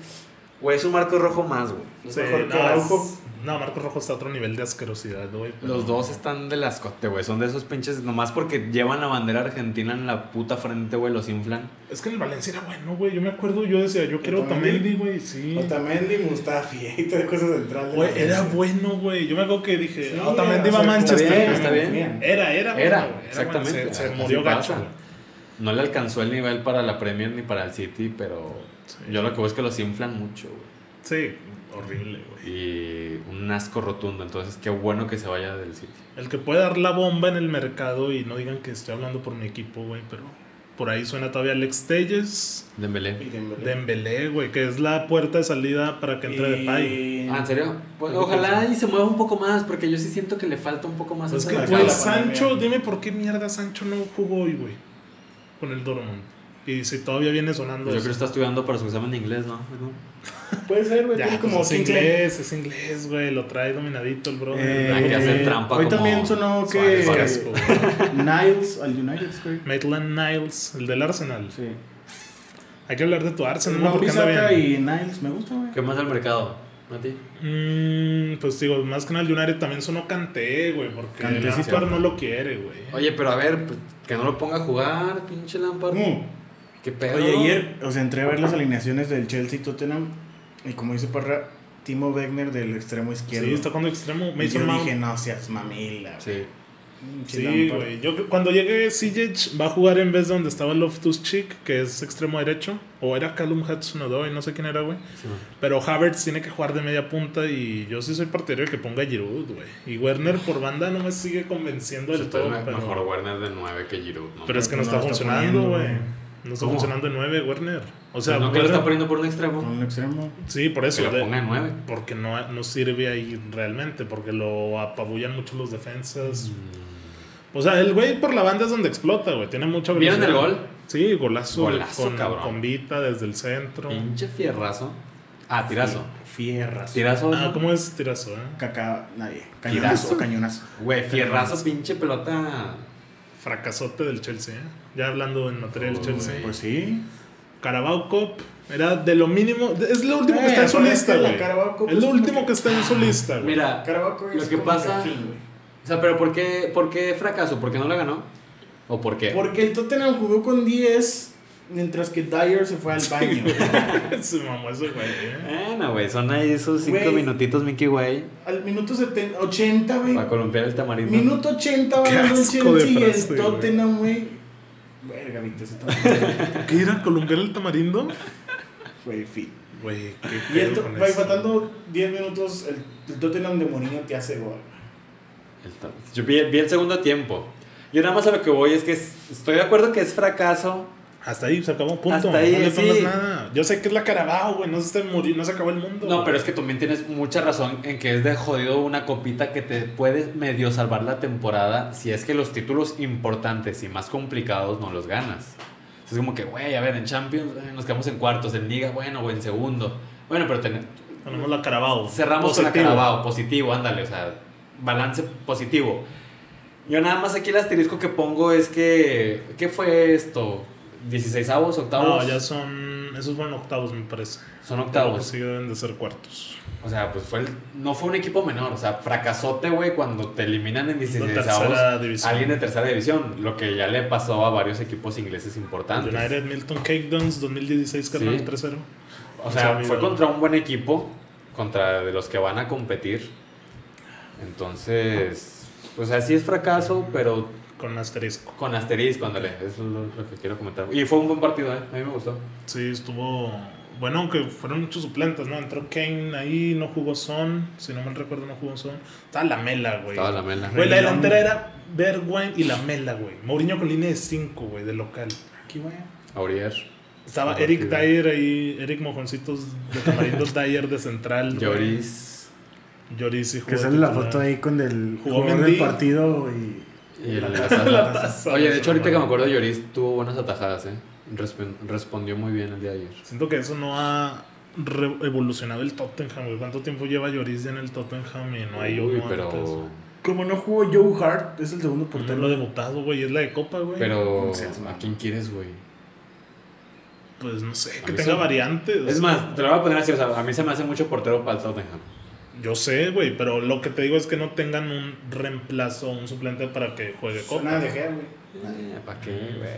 güey, es un marco rojo más, güey. Sí, Es mejor que no, Araujo. es- no, Marco Rojo está a otro nivel de asquerosidad, güey. pero- Los dos están de lascote, güey. Son de esos pinches, nomás porque llevan la bandera argentina en la puta frente, güey, los inflan. Es que en el Valencia era bueno, güey. Yo me acuerdo, yo decía, yo quiero Otamendi. Otamendi, güey. Sí. Otamendi, Mustafi, y todas cosas centrales. Güey, era bueno, güey. Yo me acuerdo que dije, Sí, Otamendi o va a sea, está Manchester. Eh, bien, güey. está bien. Era, era, bueno, Era, güey, bueno. exactamente. Se- Se, Así murió pasa. gacho. güey. No le alcanzó el nivel para la Premier ni para el City, pero Sí. yo lo que veo es que los inflan mucho, güey. Sí, horrible, güey. Y un asco rotundo. Entonces, qué bueno que se vaya del City. El que puede dar la bomba en el mercado y no digan que estoy hablando por mi equipo, güey, pero por ahí suena todavía Alex Telles, Dembélé. Dembélé, güey, que es la puerta de salida para que entre de Depay. Ah, ¿en serio? Pues, ojalá y se mueva un poco más, porque yo sí siento que le falta un poco más. Pues es a que, esa Acaba güey, la marca. Sancho, pandemia. dime por qué mierda Sancho no jugó hoy, güey, con el Dortmund. Y si todavía viene sonando Pues yo creo que eso. está estudiando para su examen de inglés, ¿no? Puede ser, güey. Ya, Tiene pues como es 15 inglés, es inglés, güey, lo trae dominadito el bro. Hay que hacer Eh, trampa Hoy como también sonó que Suárez. Qué asco, güey. Niles al United, güey. Maitland Niles, el del Arsenal. Sí. Hay que hablar de tu Arsenal, ¿no? No, Porque anda Pisaka bien. y Niles, me gusta, güey. ¿Qué más del mercado, Mati? Mm, pues digo, más que nada el United también sonó Canté, güey, porque Kanté, el sí, Lampard no lo quiere, güey. Oye, pero a ver, pues, que no lo ponga a jugar, pinche Lampard. Mm. Qué pedo. Oye, ayer, o sea, entré a ver las alineaciones del Chelsea y Tottenham. Y como dice Parra, Timo Wegner del extremo izquierdo. Sí, está jugando extremo. Y yo Mason Mount. dije, no seas mamila. Sí. Sí, güey. Yo cre- cuando llegue Sijic va a jugar en vez de donde estaba Loftus Cheek, que es extremo derecho, o era Callum Hudson Odoi, no sé quién era, güey. sí, man. Pero Havertz tiene que jugar de media punta y yo sí soy partidario de que ponga Giroud, güey. Y Werner por banda no me sigue convenciendo Pues, del todo, entonces, pero, Mejor Werner de 9 que Giroud, ¿no? pero es que no, No está, lo está funcionando, poniendo, güey. güey. No está ¿Cómo? funcionando de nueve, Werner. O O sea, sea, no que lo está Werner- poniendo por un extremo. Con un extremo. Sí, por eso. Que lo de- ponga de 9. Porque no, no sirve ahí realmente, porque lo apabullan mucho los defensas. O sea, el güey por la banda es donde explota, güey. Tiene mucha ¿Vieron velocidad. el gol? Sí, golazo. Golazo, con, cabrón. con Vita desde el centro. Pinche fierrazo. Ah, tirazo. Fierras. Tirazo. Ah, ¿cómo es tirazo, eh? Caca, nadie. Cañonazo, Tirazo. cañonazo. Güey, fierrazo, pinche pelota. Fracasote del Chelsea, ¿eh? Ya hablando en materia del Uy. Chelsea. Pues sí. Carabao Cup era de lo mínimo. Es lo último que Eh, está en su pero es lista, que la güey. Carabao Cup Es lo es como último que- que está en su lista, güey. Mira, Carabaco Lo que pasa- o sea, pero ¿por qué, por qué fracaso? ¿Por qué no la ganó? ¿O por qué? Porque el Tottenham jugó con 10 Mientras que Dyer se fue al baño. Se mamó ese güey, ¿eh? Bueno, güey, son ahí esos cinco Güey. minutitos, Mickey, güey, al minuto 70, 80, güey. para columpiar el tamarindo. Minuto 80 va Qué ganando el asco Chelsea de y frase, el güey. Tottenham, güey. Verga, Víctor, se está ¿Qué era? ¿Columpiar el tamarindo? Güey, fin. Güey, qué Y el pedo to- con güey, eso. faltando 10 minutos, el, el Tottenham de Mourinho te hace gol. El to- Yo vi, vi el segundo tiempo. Yo nada más a lo que voy es que es- estoy de acuerdo que es fracaso. Hasta ahí se acabó, punto. Hasta ahí, no le pongas sí. nada. Yo sé que es la Carabao, güey. No se, está muri- no se acabó el mundo. No, güey. pero es que también tienes mucha razón en que es de jodido una copita que te puede medio salvar la temporada si es que los títulos importantes y más complicados no los ganas. Es como que, güey, a ver, en Champions eh, nos quedamos en cuartos, en Liga, bueno, o en segundo. Bueno, pero ten- Tenemos la Carabao. cerramos con Positivo. la Carabao, positivo, ándale, o sea, balance positivo. Yo nada más aquí el asterisco que pongo es que, ¿qué fue esto? ¿16 avos, octavos? No, ya son. Esos fueron octavos, me parece. Creo Son que octavos. sí deben de ser cuartos. O sea, pues fue el- no fue un equipo menor. O sea, fracasote, güey, cuando te eliminan en 16 tercera división. Alguien de tercera división. Lo que ya le pasó a varios equipos ingleses importantes. United Milton Cakedons 2016, Sí. carnal, 3-0. o sea, Sí, fue amigo. contra un buen equipo. Contra de los que van a competir. Entonces, pues así es fracaso, pero Con asterisco. con asterisco, ándale. Eso es lo, lo que quiero comentar. Y fue un buen partido, ¿eh? A mí me gustó. Sí, estuvo. Bueno, aunque fueron muchos suplentes, ¿no? Entró Kane ahí, no jugó Son. Si no mal recuerdo, no jugó Son. Estaba la mela, güey. Estaba la mela. Güey, la Reguilón. delantera era Bergwijn y la mela, güey. Mourinho con línea de 5, güey, de local. Qué güey. Aurier. Estaba Ah, Eric sí. Dyer ahí, Eric Mojoncitos de Tamarindo Dyer de central. güey. Lloris. Lloris y jugó. Que de sale la titular. foto ahí con el Jugó jugador del Mendy. partido y. Y el- La taza, Oye, de güey, hecho, ahorita que me mamá. acuerdo, Lloris tuvo buenas atajadas, ¿eh? Resp- respondió muy bien el día de ayer. Siento que eso no ha re- evolucionado el Tottenham, güey. ¿Cuánto tiempo lleva Lloris ya en el Tottenham y no hay Uy, uno antes? pero. Como no jugó Joe Hart, es el segundo Por no lo portero. debutado, güey, es la de Copa, güey. Pero. No seas ¿A quién quieres, güey? Pues no sé, A que mí tenga Pues sí. variantes. Es más, te lo voy a poner así, o sea, a mí se me hace mucho portero para el Tottenham. Yo sé, güey, pero lo que te digo es que no tengan un reemplazo, un suplente para que juegue Copa. Suena de Gea, güey. ¿Para Eh, qué, güey?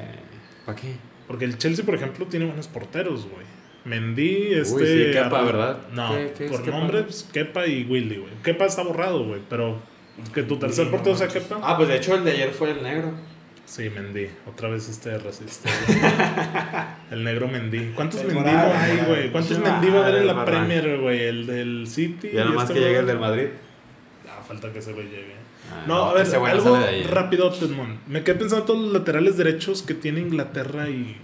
¿Para qué? Porque el Chelsea, por ejemplo, tiene buenos porteros, güey. Mendy, este. sí, Kepa, ¿verdad? No, ¿Qué- qué es por Kepa? nombre, pues, Kepa y Willy, güey. Kepa está borrado, güey, pero que tu tercer portero sea Kepa. Ah, pues de hecho el de ayer fue el negro. Sí, Mendy. Otra vez este racista. el negro Mendy. ¿Cuántos El Mendy morado, hay, morado. güey? ¿Cuántos Sí, Mendy va a haber en la barra. Premier, güey? El del City. Ya y nomás este, que llegue güey. el del Madrid. Ah, falta que se lo llegue. Ah, No, a ver, ese güey no algo sale de ahí, ¿eh? rápido, Edmond. Me quedé pensando en todos los laterales derechos que tiene Inglaterra y.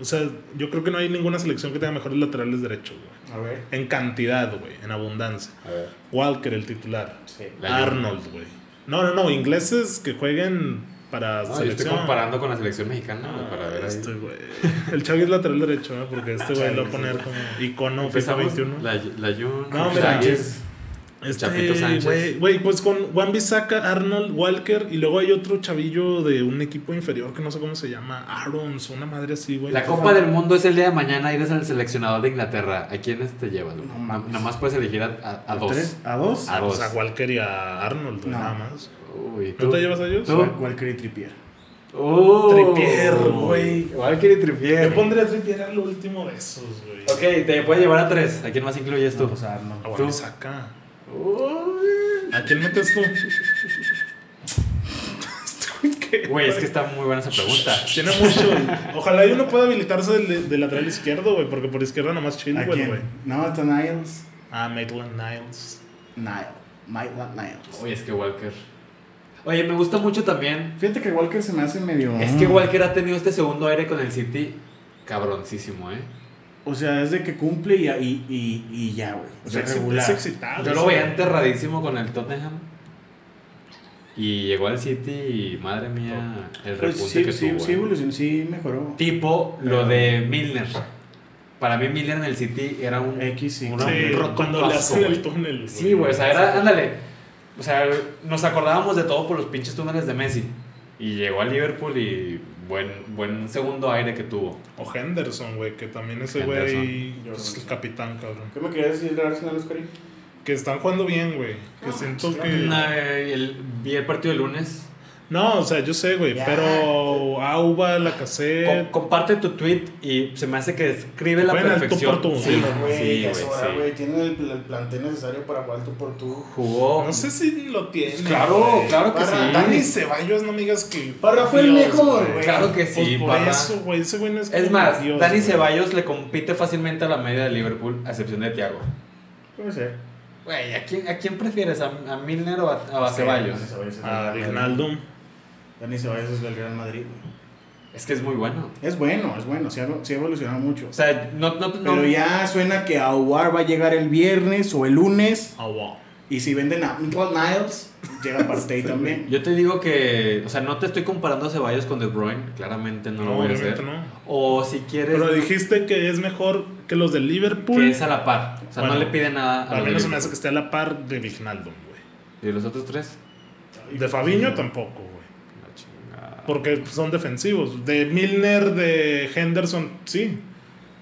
O sea, yo creo que no hay ninguna selección que tenga mejores laterales derechos, güey. A ver. En cantidad, güey, en abundancia. A ver. Walker, el titular. Sí. La Arnold, güey. No, no, no, ingleses que jueguen para No, yo estoy selección. comparando con la selección mexicana güey, para ver. ahí. Este güey. El Chavi es lateral derecho, ¿eh? Porque este güey lo va a poner como icono FIFA 21. Empezamos La, la Jun. No, Sánchez. mira. Sánchez. Este Chapito Sánchez. güey, güey, pues con Juan Bisaca, Arnold, Walker y luego hay otro chavillo de un equipo inferior que no sé cómo se llama, Arons, una madre así, güey. La Copa del Mundo es el día de mañana, eres el seleccionador de Inglaterra. ¿A quiénes te llevas? güey? No Na- mames. Nada más puedes elegir a, a- a dos. ¿Tres? ¿A dos? A Pues dos. a Walker y a Arnold, güey, No. nada más. Uy, ¿No te llevas a ellos? ¿Tú? Walker y Trippier. Oh. Tripier, güey. Walker y Tripier. Yo pondría a Trippier al último de esos, güey. Ok, te puedes llevar a tres. ¿A quién más incluyes tú? No, pues a Arnold. A Juan Tú. Bisaca. Uy. ¿A quién metes tú? Este Güey, es que está muy buena esa pregunta. Tiene mucho. güey. Ojalá y uno pueda habilitarse del, del lateral izquierdo, güey, porque por izquierda nomás ¿A Chilwell, güey. quién? No, está Niles. Ah, Maitland Niles. Niles. Maitland Niles. Oye, es que Walker. Oye, me gusta mucho también. Fíjate que Walker se me hace medio. Es que Walker ha tenido este segundo aire con el City. Cabroncísimo, eh. Mm. O sea, es de que cumple y, y, y, y ya, güey. O sea, Es- regular. Es excitable. Yo lo veía enterradísimo con el Tottenham. Y llegó al City y madre mía, el Pues repunte sí, que sí, tuvo. sí eh. evolucionó, sí mejoró. tipo lo de Milner. Para mí Milner en el City era un X, sí. una- Sí, un roto cuando le asco, hacen güey. el túnel. güey. Sí, güey, o sea, era ándale. O sea, nos acordábamos de todo por los pinches túneles de Messi y llegó al Liverpool y buen buen segundo aire que tuvo. O Henderson, güey, que también ese güey Henderson. es el capitán, cabrón. ¿Qué me querías decir de Arsenal, Oscar? Mm, Que están jugando bien, güey. Que siento que. eh, Una- el- vi el partido el lunes. No, o sea, yo sé, güey, Ya. pero Auba, la Com- Eh. cassette. comparte tu tweet y se me hace que describe la Juegan al tú perfección. por tú. Sí, Sí, güey, güey, sí, ya es hora, güey, güey. sí. Tienen el, el plantel necesario para jugar tú por tú. Jugó. No sé si lo tiene. Pues Claro, güey. claro que Barra, sí. Dani Ceballos, no me digas que. Parra fue el Dios, mejor, güey. güey. Claro que Pues sí, por Parra. eso, güey, ese güey no es. Es como más, Dios, Dani güey. Ceballos le compite fácilmente a la media de Liverpool, a excepción de Thiago. Puede ser. Güey, ¿a quién, ¿a quién prefieres? ¿A, a Milner o a, o a Ceballos? Dani Ceballos es Ah, del Real Madrid. Dignaldum. Dani Ceballos es del Real Madrid. güey. Es que es muy bueno. Es bueno, es bueno. Se ha, se ha evolucionado mucho. O sea, no, no, no- Pero ya suena que Aguar va a llegar el viernes o el lunes. Ah, wow. Y si venden a Michael Niles, llega Partey también. Yo te digo que, o sea, no te estoy comparando a Ceballos con De Bruyne, claramente no, lo No, voy a obviamente hacer. no. O si quieres Pero dijiste que es mejor que los de que Liverpool. es a la par, o sea, Bueno, no le pide nada a A mí los no se de me Liverpool. hace que esté a la par de Vignaldum, güey. ¿Y los otros tres? De Fabiño tampoco, güey. La chingada. Porque son defensivos. De Milner, de Henderson, sí.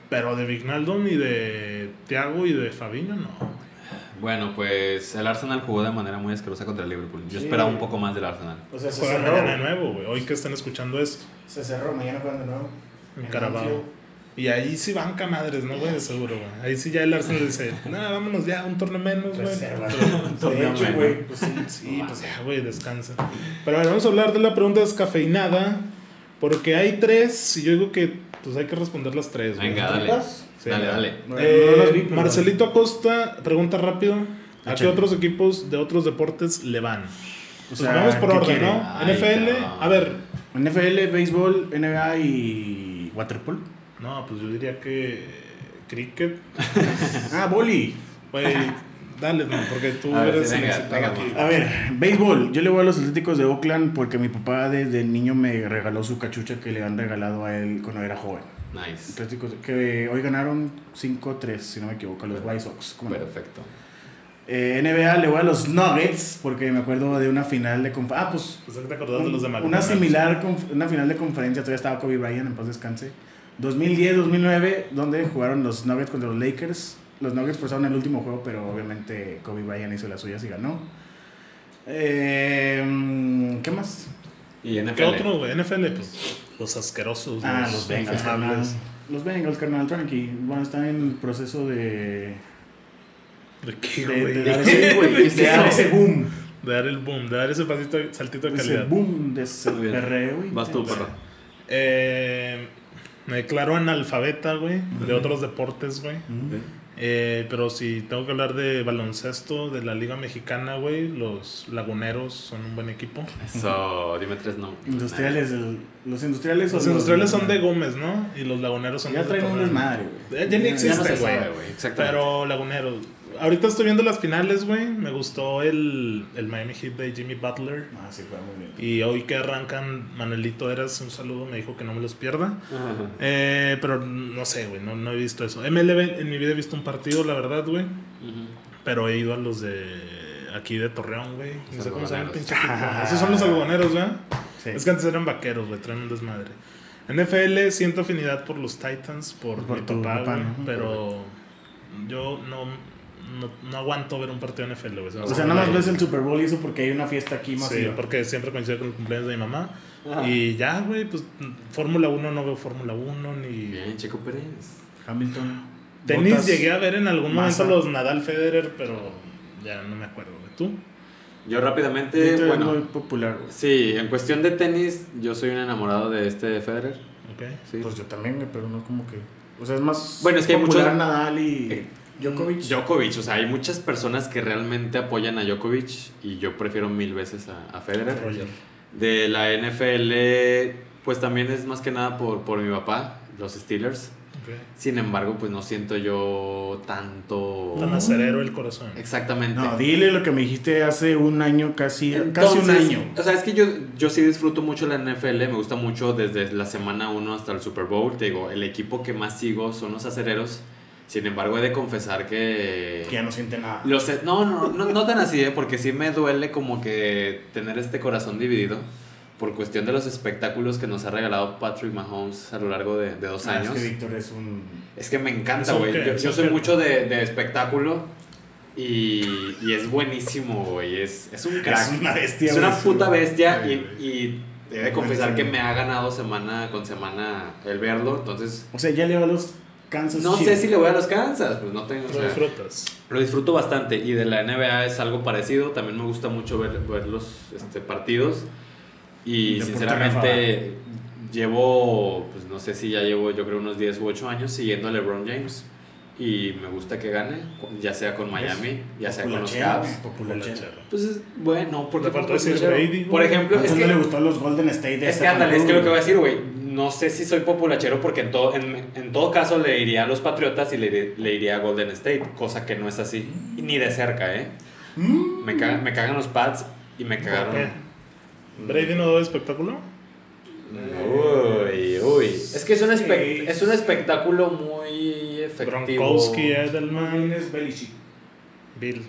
Pero de Vignaldum y de Thiago y de Fabiño, no. Bueno, pues el Arsenal jugó de manera muy asquerosa contra el Liverpool. Yo Sí. esperaba un poco más del Arsenal. O sea, se Juegan mañana de cerró. nuevo, güey. Hoy que están escuchando esto. Se cerró, mañana cuando no. En Carabao. Y ahí sí banca madres, ¿no, güey? Seguro, güey. Ahí sí ya el Arsenal dice, no, vámonos ya, un torneo menos, güey. Pues Reserva. De hecho, güey, pues sí. Sí, pues ya, güey, descansa. Pero a ver, vamos a hablar de la pregunta descafeinada. Porque hay tres, y yo digo que pues hay que responder las tres, güey. Venga, dale. ¿Tripas? Sí. Dale, dale. Bueno, Eh, no los vi, pero- Marcelito Acosta, pregunta rápido. ¿A qué Échale. otros equipos de otros deportes le van? O Pues vamos por ¿qué orden, quiere? ¿no? Ay, NFL, cabrón. a ver. NFL, béisbol, NBA y waterpolo. No, pues yo diría que cricket. Ah, boli. Güey, dale, no, porque tú A ver, eres sí, el venga, excitado venga, aquí. A ver, béisbol. Yo le voy a los Atléticos de Oakland porque mi papá desde niño me regaló su cachucha que le han regalado a él cuando era joven. Nice. Atléticos que hoy ganaron 5-3, si no me equivoco, a los White Sox. ¿Cómo no? Perfecto. Eh, NBA le voy a los Nuggets porque me acuerdo de una final de conf- Ah, pues Pues que te acordás de los de Un- McDonald's. Una similar, conf- una final de conferencia, todavía estaba Kobe Bryant, en paz descanse. 2010-2009, donde jugaron los Nuggets contra los Lakers. Los Nuggets forzaron el último juego, pero obviamente Kobe Bryant hizo las suyas y ganó. Eh, ¿Qué más? ¿Y NFL? ¿Qué otro, güey? NFL, pues los asquerosos. Ah, los Bengals, carnal. infamables. Los Bengals, carnal, tranqui. Van a estar en proceso de... ¿De De, qué, de, güey? de De, dar ese, güey, de dar ese boom. dar el boom, de dar ese pasito, saltito de Ese calidad. boom de ese Muy bien. perreo. y- Vas tú, perro. Eh, me declaro analfabeta, güey, de otros deportes, güey. Mm. Eh, pero si tengo que hablar de baloncesto, de la Liga Mexicana, güey, los Laguneros son un buen equipo. Eso, dime tres no. Industriales, el- los industriales... o Los industriales son de Gómez, ¿no? Y los Laguneros son Ya de traen un Torreón. desmadre, Ya- güey. ya ni Ya no existe, se güey. sabe, güey. Exactamente. Pero Laguneros. Ahorita estoy viendo las finales, güey. Me gustó el, el Miami Heat de Jimmy Butler. Ah, sí, fue muy bien. Y hoy que arrancan, Manuelito Eras, un saludo, me dijo que no me los pierda. Eh, pero no sé, güey, no, no he visto eso. MLB, en mi vida he visto un partido, la verdad, güey. Pero he ido a los de aquí de Torreón, güey. No Los sé cómo se llama el algodoneros. pinche equipo. Esos son los algodoneros, ¿verdad? Sí. Es que antes eran vaqueros, güey, traen un desmadre. NFL siento afinidad por los Titans, por, Por mi tu papá, papá, güey, ¿no? pero yo no, no, no aguanto ver un partido de NFL, güey. me O hace sea, muy nada más largo. ves el Super Bowl y eso porque hay una fiesta aquí más. Sí, porque siempre coincide con el cumpleaños de mi mamá. Y ya, güey, pues Fórmula 1 no veo Fórmula 1 ni... Bien, Checo Pérez. Hamilton. Tenis Botas. llegué a ver en algún momento Massa. los Nadal Federer, pero ya no me acuerdo, güey. ¿Tú? Yo rápidamente, Twitter bueno. es muy popular, güey. Sí, en cuestión de tenis, yo soy un enamorado de este Federer. Ok. Sí. Pues yo también, güey, pero no como que. O sea, es más. Bueno, es que hay popular muchos- Nadal y. Eh, Djokovic. Djokovic, o sea, hay muchas personas que realmente apoyan a Djokovic y yo prefiero mil veces a, a Federer. Roger. De la NFL, pues también es más que nada por, por mi papá, los Steelers. Ok. Sin embargo, pues no siento yo tanto... Tan acerero el corazón. Exactamente. No, dile lo que me dijiste hace un año, casi. casi un Entonces, año. O sea, es que yo, yo sí disfruto mucho la NFL, me gusta mucho desde la semana 1 hasta el Super Bowl. Te digo, el equipo que más sigo son los acereros. Sin embargo, he de confesar que. Que ya no siente nada. Los, no, no, no, no tan así, ¿eh? porque sí me duele como que tener este corazón dividido por cuestión de los espectáculos que nos ha regalado Patrick Mahomes a lo largo de, de dos Ah, es años. que Víctor es un. Es que me encanta, ¿Eso güey. qué? Yo, yo ¿Eso soy qué? mucho de, de espectáculo. Y, y es buenísimo, güey. Es, es un crack. Es una bestia, Es una güey, puta sí. bestia. Y, Ay, y he de confesar Buenísimo. que me ha ganado semana con semana el verlo. Entonces, O sea, ya le va a los Kansas no Chiefs. sé si le voy a los Kansas. Pues no tengo. o Lo sea, disfrutas. lo disfruto bastante y de la NBA es algo parecido. También me gusta mucho ver, ver los este, partidos. Y Deporte sinceramente llevo, pues no sé si ya llevo yo creo unos 10 u 8 años siguiendo a LeBron James. Y me gusta que gane, ya sea con Miami, ya sea con los Populachero, Cavs. populachero. Pues es bueno, porque pues, Le faltó decir Brady, Pues por güey. ejemplo, es ¿Cuántos no le que, gustó a los Golden State de es que esta ándale, es que juventud, lo que voy a güey? decir, güey, no sé si soy populachero porque en todo, en, en todo caso le iría a los Patriotas y le, le iría a Golden State, cosa que no es así, y ni de cerca, ¿eh? Me cagan, me cagan los Pats y me ¿Por qué? cagaron. ¿Brady no da espectáculo? Uy, uy. Es que es un, espe- Sí. es un espectáculo muy efectivo. Gronkowski, eh. Más bien Edelman, es Belichick. Bill.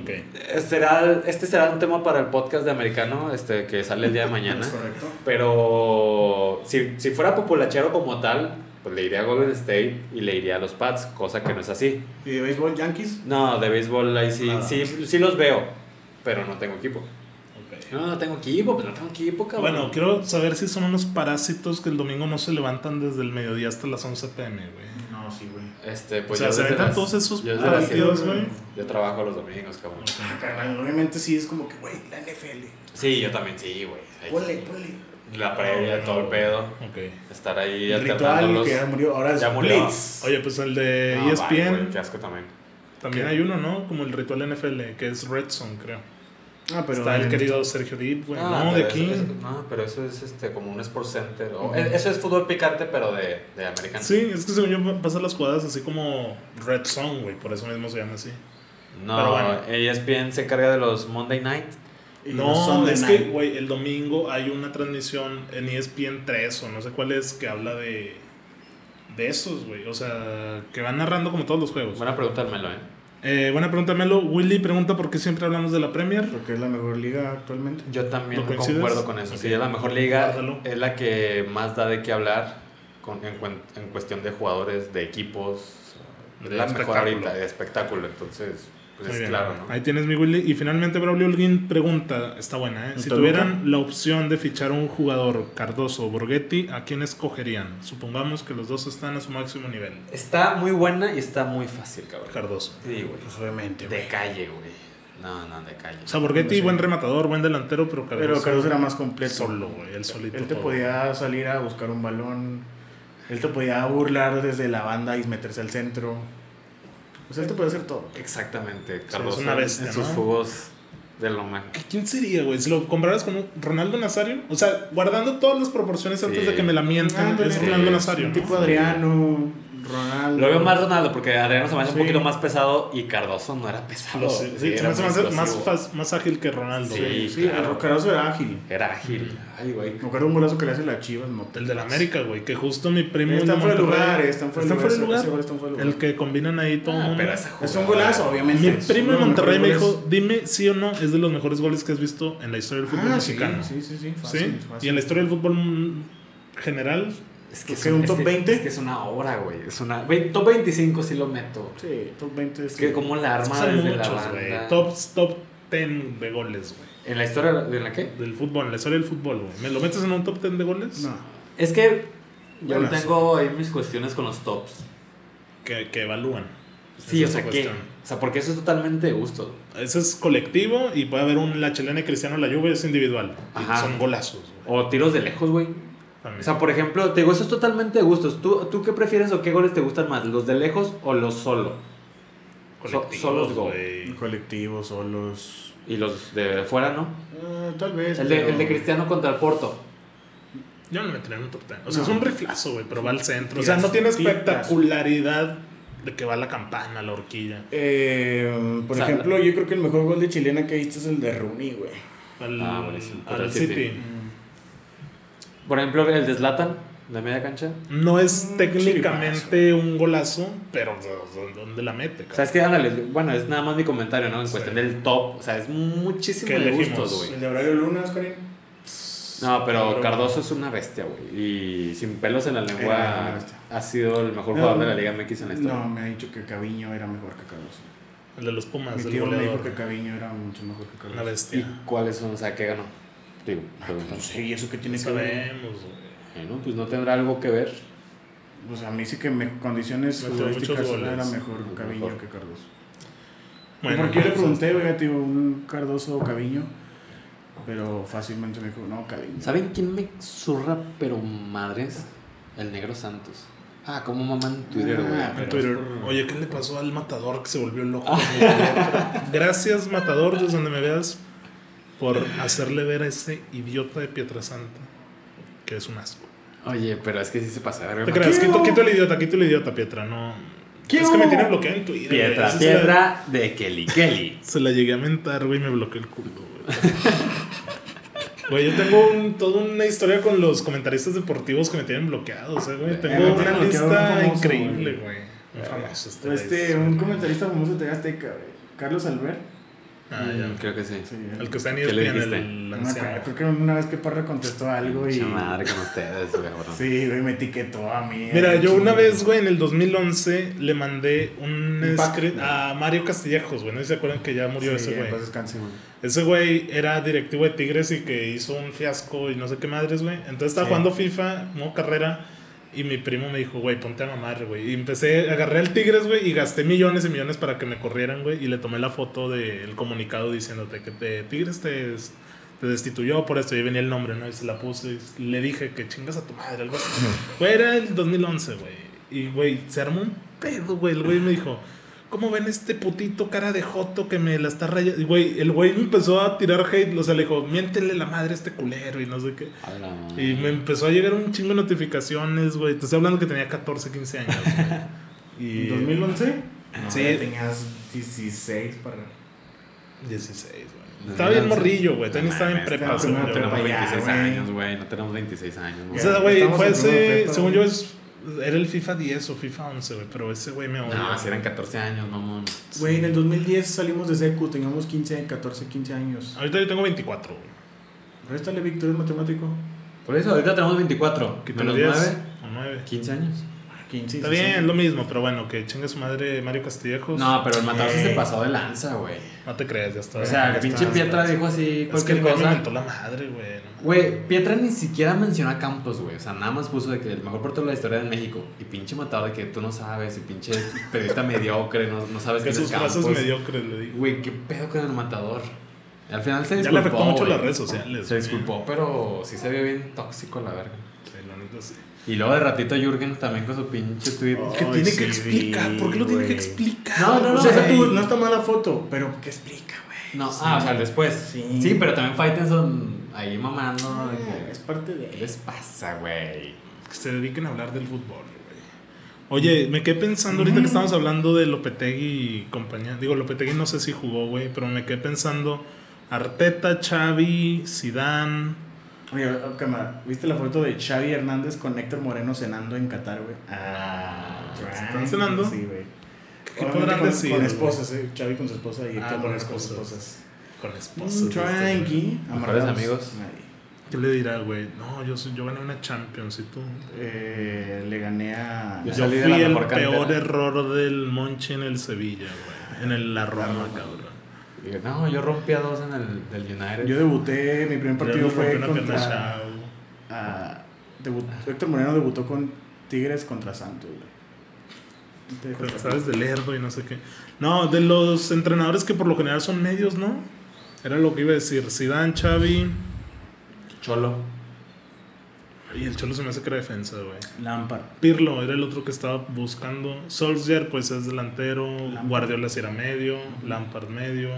Ok. Eh, será- este será un tema para el podcast de americano este, que sale el día de mañana. Es correcto. Pero si, si fuera populachero como tal, pues le iría a Golden State y le iría a los Pats, cosa que no es así. ¿Y de béisbol Yankees? No, de béisbol ahí sí, Nada. sí, sí los veo, pero no tengo equipo. Ok. No, no tengo equipo, pues no tengo equipo, cabrón. Bueno, quiero saber si son unos parásitos que el domingo no se levantan desde el mediodía hasta las 11 pm, güey. No, sí, güey. Este, O pues sea, yo se desde aventan las- todos esos yo desde las partidos, siete- güey. Yo trabajo los domingos, cabrón. Ah, Carnal, obviamente sí es como que, güey, la NFL. Sí, yo también sí, güey. Ahí Ponle, sí. ponle. La previa, todo el pedo. Ok. Estar ahí El alternando ritual los. que ya murió, ahora es Ya murió. Blitz. Oye, pues el de Ah, bye, güey, ESPN qué asco también. también hay uno, ¿no? Como el ritual NFL, que es Red Zone, creo. Ah, pero Está el eh, querido Sergio Dip, güey. Ah, no, de pero aquí. eso- eso- no, pero eso es este, como un sports center. o- e- Eso es fútbol picante, pero de, de americano. Sí, es que según yo pasan las jugadas así como Red Zone, güey. Por eso mismo se llama así. No, E Pero bueno. ESPN se encarga de los Monday Night. y los No, Sunday es que, night. güey, el domingo hay una transmisión en E ESPN 3 o no sé cuál es que habla de. De esos, güey. O sea, que van narrando como todos los juegos. Van a preguntármelo, ¿eh? Eh, buena pregunta, Melo. Willy pregunta por qué siempre hablamos de la Premier. Porque es la mejor liga actualmente. Yo también ¿No coincides? concuerdo con eso. Ok. Sí, es la mejor liga. Guárdalo. Es la que más da de qué hablar con- en, cuen- en cuestión de jugadores, de equipos. Es De la mejor espectáculo. ahorita, de espectáculo. Entonces, pues Muy es bien. claro, ¿no? Ahí tienes mi Willy. Y finalmente Braulio Holguín pregunta, está buena, ¿eh? ¿En Si Toluca? tuvieran la opción de fichar a un jugador, Cardoso o Borghetti, ¿a quién escogerían? Supongamos que los dos están a su máximo nivel. Está muy buena y está muy fácil, cabrón. Cardoso. Sí, güey. Pues obviamente, güey. De calle, güey. No, no, de calle. O sea, Borghetti, Sí. buen rematador, buen delantero, pero Cardoso... Pero Caruso era más completo. Solo, güey, él solito. Él te todo. podía salir a buscar un balón. Él te podía burlar desde la banda y meterse al centro. Pues él te podía hacer todo. Exactamente, es Carlos. una bestia, en sus ¿no? jugos de loma. ¿Qué- ¿Quién sería, güey? Si lo compararas con un Ronaldo Nazario. O sea, guardando todas las proporciones antes Sí. de que me la mientan, Ándale. es Ronaldo Ah, Un Nazario. ¿no? tipo Adriano, Ronaldo. Lo veo más Ronaldo porque Adriano se me hace Sí. un poquito más pesado y Cardoso no era pesado. Sí, sí, se era me hace muy más, más, explosivo. fas- más ágil que Ronaldo. Sí. güey. Sí, claro. Caruso era ágil. Era ágil. Ay, güey. Me acuerdo un golazo que le hace la Chivas, no te El de la creas. América, güey, que justo mi primo. Están de fuera de Monterrey- lugar, eh, están fuera de ¿Están lugar, fuera de lugar. ese gol está fuera de lugar. El que combinan ahí todo. Ah, mundo. pero esa Es un golazo, obviamente. mi es primo de uno los Monterrey me mejores goles. dijo, dime sí o no, es de los mejores goles que has visto en la historia del fútbol Ah, sí, mexicano. Sí, sí, sí. ¿Sí? fácil, fácil. Y en la historia del fútbol mm, general, Es que ¿Qué, un es top que- 20? Es que es una obra, güey. Es una. ve- Top 25 sí lo meto. Sí, top este, 20. Es que como la es que arma son desde la muchos, banda. güey. Top, top 10 de goles, güey. ¿En la historia de la qué? Del fútbol, en la historia del fútbol, güey. ¿Me lo metes en un top 10 de goles? No. Es que yo Buenas. tengo ahí mis cuestiones con los tops. Que, que evalúan. Sí, Esa o es la sea, que. cuestión. O sea, porque eso es totalmente de gusto. Ese es colectivo y puede haber un La Chelena y Cristiano La Juve, es individual. Y Ajá. Son golazos, güey. O tiros de lejos, güey. también. O sea, por ejemplo, te digo, eso es totalmente de gustos. ¿Tú, ¿Tú qué prefieres o qué goles te gustan más? ¿Los de lejos o los solo? Colectivos, so- solos gol. güey. Colectivos, solos. Y los de fuera, ¿no? Eh, tal vez. El de, pero- el de Cristiano contra el Porto. Yo no me metería en un top 10. O sea, No. es un riflazo, güey, pero va al centro. o sea, Tirazo, no tiene tirazo. espectacularidad de que va la campana, la horquilla. Eh, por O sea, ejemplo, yo creo que el mejor gol de chilena que he visto es el de Rooney, güey. Al, Ah, buenísimo. al Contra el City. City. Mm. Por ejemplo, el de Zlatan, de media cancha. No es Un técnicamente un golazo, pero ¿dó- ¿dónde la mete? O sea, es que, ándale, bueno, es nada más mi comentario, ¿no? En cuestión Sí. del top. O sea, es muchísimo ¿Qué de elegimos? gustos, güey. El de Horario Luna, Oscarín. No, pero Pero- Cardoso es una bestia, güey. Y sin pelos en la Era una lengua bestia. ha sido el mejor No, jugador de no. la Liga MX en la historia. No, me ha dicho que Caviño era mejor que Carlos. El de los Pumas, Mi Ah, el tío me dijo que goleador. Caviño era mucho mejor que Una Carlos. ¿Y bestia. cuáles son? O sea, ¿qué ganó? Digo, pero, Pues, No sé, ¿y eso qué tiene que ver? Sabemos, güey. bueno, pues no tendrá algo que ver. Pues a mí sí que me, condiciones Metió futbolísticas muchos no era goles. mejor Caviño Mejor. que Carlos. Bueno, Porque yo le pues, pregunté, oiga, tío, un Cardoso o Caviño, pero fácilmente me dijo, no, Caviño. ¿Saben quién me zurra, pero madres? El negro Santos. Ah, cómo maman Twitter, güey. Ah, en pero- Twitter. Oye, ¿qué le pasó al matador que se volvió loco? Ah. Gracias, matador, desde donde me veas, por hacerle ver a ese idiota de Pietrasanta, que es un asco. Oye, pero es que sí se pasaron. Te creas, ¿Qué quito, hubo? quito el idiota, quito el idiota, Pietra, no. ¿Qué Es que me hubo? tiene bloqueado en Twitter. güey. Esa Piedra, es la- piedra de Kelly Kelly. Se la llegué a mentar, güey, y me bloqueó el culo, güey. Güey, yo tengo un- toda una historia con los comentaristas deportivos que me tienen bloqueados, eh, güey. Tengo me tiene una bloqueado un lista famoso, increíble, güey. güey. Un famoso este. güey. Este, un comentarista famoso de TV Azteca, güey, Carlos Albert. Ah, ya. Mm, Creo que sí. Sí, El que está en ¿Qué le ESPN, el, dijiste? no me acuerdo, anciano. creo que una vez que Parra contestó algo y... Mucha madre con ustedes, güey, cabrón. Sí, güey, me etiquetó a mí. Mira, eh, yo una chingón. vez, güey, en el 2011 le mandé un Un pack. script a Mario Castillejos, güey. No sé si se acuerdan que ya murió Sí, ese güey. en paz descanse, güey. Ese güey era directivo de Tigres y que hizo un fiasco y no sé qué madres, güey. Entonces estaba Sí. jugando FIFA, modo carrera, y mi primo me dijo, güey, ponte a mamar, güey. Y empecé, agarré al Tigres, güey, y gasté millones y millones para que me corrieran, güey. Y le tomé la foto del comunicado diciéndote que te, Tigres te, des- te destituyó por esto. Y ahí venía el nombre, ¿no? Y se la puse y le dije que chingas a tu madre, algo así. Güey, era el 2011, güey. Y, güey, se armó un pedo, güey. El güey me dijo... ¿Cómo ven este putito cara de joto que me la está rayando? Y, güey, el güey me empezó a tirar hate. O sea, le dijo, miéntele la madre a este culero y no sé qué. A la madre. Y me empezó a llegar un chingo de notificaciones, güey. Te estoy hablando que tenía 14, 15 años, güey. Y... ¿En 2011? Sí. ya tenías 16 para... 16, güey. Estaba bien morrillo, güey. También estaba en mames, prepa, estaba según en yo. prepa. Tenemos Ya, 26 güey. años, güey. No tenemos 26 años, O güey. sea, güey, Estamos fue en primer ese... prepa, Según yo, güey. es... Era el FIFA 10 o FIFA 11, güey. Pero ese güey me odia. No, güey. si eran 14 años, mamón. Güey, en el 2010 salimos de secu, teníamos 15, 14, 15 años. Ahorita yo tengo 24, güey. Réstale, Víctor, es matemático. Por eso, ahorita tenemos 24. Quítale Menos 10 9, o 9. 15 años. 15, Está 16. bien, es lo mismo, pero bueno, que chingue su madre Mario Castillejos. No, pero el matador sí Eh. se pasó de lanza, güey. No te creas, Pues, ya está. O sea, ya el pinche está, Pietra está. dijo así es que cualquier el güey me cosa. mentó la madre, güey. no mames. Güey, Pietra ni siquiera mencionó a Campos, güey. O sea, nada más puso de que el mejor portero de la historia de México. Y pinche matador de que tú no sabes. Y pinche periodista mediocre, no, no sabes Que quién es sus frases Campos. pues. mediocres, le digo. Güey, qué pedo con el matador. Al final Ya se disculpó. le afectó mucho güey. las redes sociales. Se güey. disculpó, pero sí se ve bien tóxico la verga. Sí, la neta sí. Y luego de ratito Jürgen también con su pinche tweet. Oh. Que Ay, tiene sí, que explicar. vi, ¿Por qué lo tiene que güey. explicar? No, no, O no. sea, deja güey. tú, no está mala foto, pero ¿qué explica, güey? No, ah, o sea, después. Sí, Sí. pero también Faitenson ahí mamando. de que, Es parte ¿Qué de... les pasa, güey? Que se dediquen a hablar del fútbol, güey. Oye, me quedé pensando ahorita Mm. que estamos hablando de Lopetegui y compañía. Digo, Lopetegui no sé si jugó, güey, pero me quedé pensando Arteta, Xavi, Zidane. Oye, oh, cámara, ¿viste la foto de Xavi Hernández con Héctor Moreno cenando en Qatar, güey? Ah, ¿están cenando? Sí, güey. ¿Qué Obviamente podrán con, decir? Con güey? esposas, eh. Xavi con su esposa y Ah, Héctor con Moreno con esposas. sus esposas. Con esposas. este, Mm, güey, Tranqui. amarrados. amigos. Ahí. ¿Qué le dirá, güey? No, yo, soy- yo gané una Champions y tú. Eh, le gané a... Yo Yo salí de fui la el mejor cantera. peor error del Monchi en el Sevilla, güey. En el, la Roma, cabrón. Y yo, no, yo rompí a dos en el del United. Yo debuté, mi primer Yo partido le rompí fue una pierna a contra... Chao. a- debu- Héctor Moreno debutó con Tigres contra Santos, Este, güey. Pero Sabes de lerdo y no sé qué. No, de los entrenadores que por lo general son medios, ¿no? Era lo que iba a decir. Zidane, Xavi. Cholo. Y el Cholo se me hace que era defensa, güey. Lampard. Pirlo era el otro que estaba buscando. Solskjaer, pues es delantero. Lampard. Guardiola sí era medio. Lampard medio.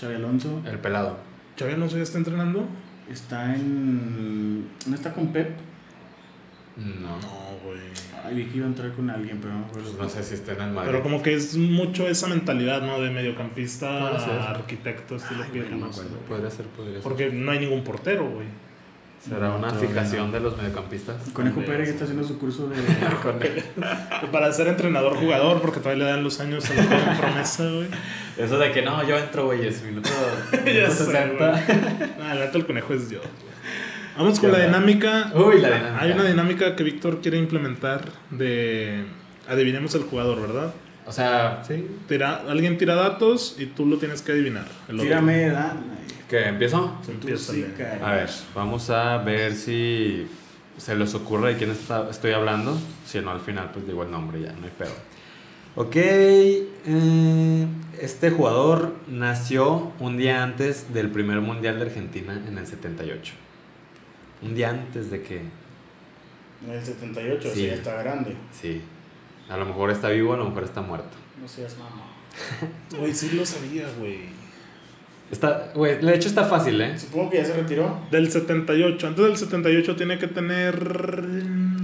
Xavi Alonso. El pelado. ¿Xavi Alonso ya está entrenando? Está en... ¿No está con Pep? No. No, güey. Ay, vi que iba a entrar con alguien, pero no me acuerdo. Pues No sé si está en el Madrid. Pero como que es mucho esa mentalidad, ¿no? De mediocampista, Puede ser. arquitecto, estilo Ay, Pirlo, güey, no me sé. acuerdo. Podría ser, podría ser. Porque no hay ningún portero, güey. ¿Será No, una todavía aplicación de los mediocampistas? Conejo Pérez ya está haciendo su curso de... Con él. Para ser entrenador jogador, porque todavía le dan los años a la joven promesa, güey. Eso de que no, yo entro, güey, es minuto, Ya minuto sé, 60. Ah, el alto el conejo es Dios. güey. Vamos con Ya la va. dinámica. Uy, la dinámica. Hay una dinámica que Víctor quiere implementar de adivinemos el jugador, ¿verdad? O sea, Sí. Tira- alguien tira datos y tú lo tienes que adivinar. El otro. Tírame, Dan. ¿que empiezo? Tú Tú empieza, sí, Leo. cara. A ver, vamos a ver si se les ocurre de quién está- estoy hablando. Si no, al final pues digo el nombre ya, no hay pedo. Ok, eh, este jugador nació un día antes del primer Mundial de Argentina en el 78. Un día antes de que... En el 78, Sí. sí, ya está grande. Sí, a lo mejor está vivo, a lo mejor está muerto. No seas mamá. Güey, sí lo sabía, güey. Está, güey, de hecho está fácil, ¿eh? Supongo que ya se retiró. Del 78. Antes del 78 tiene que tener.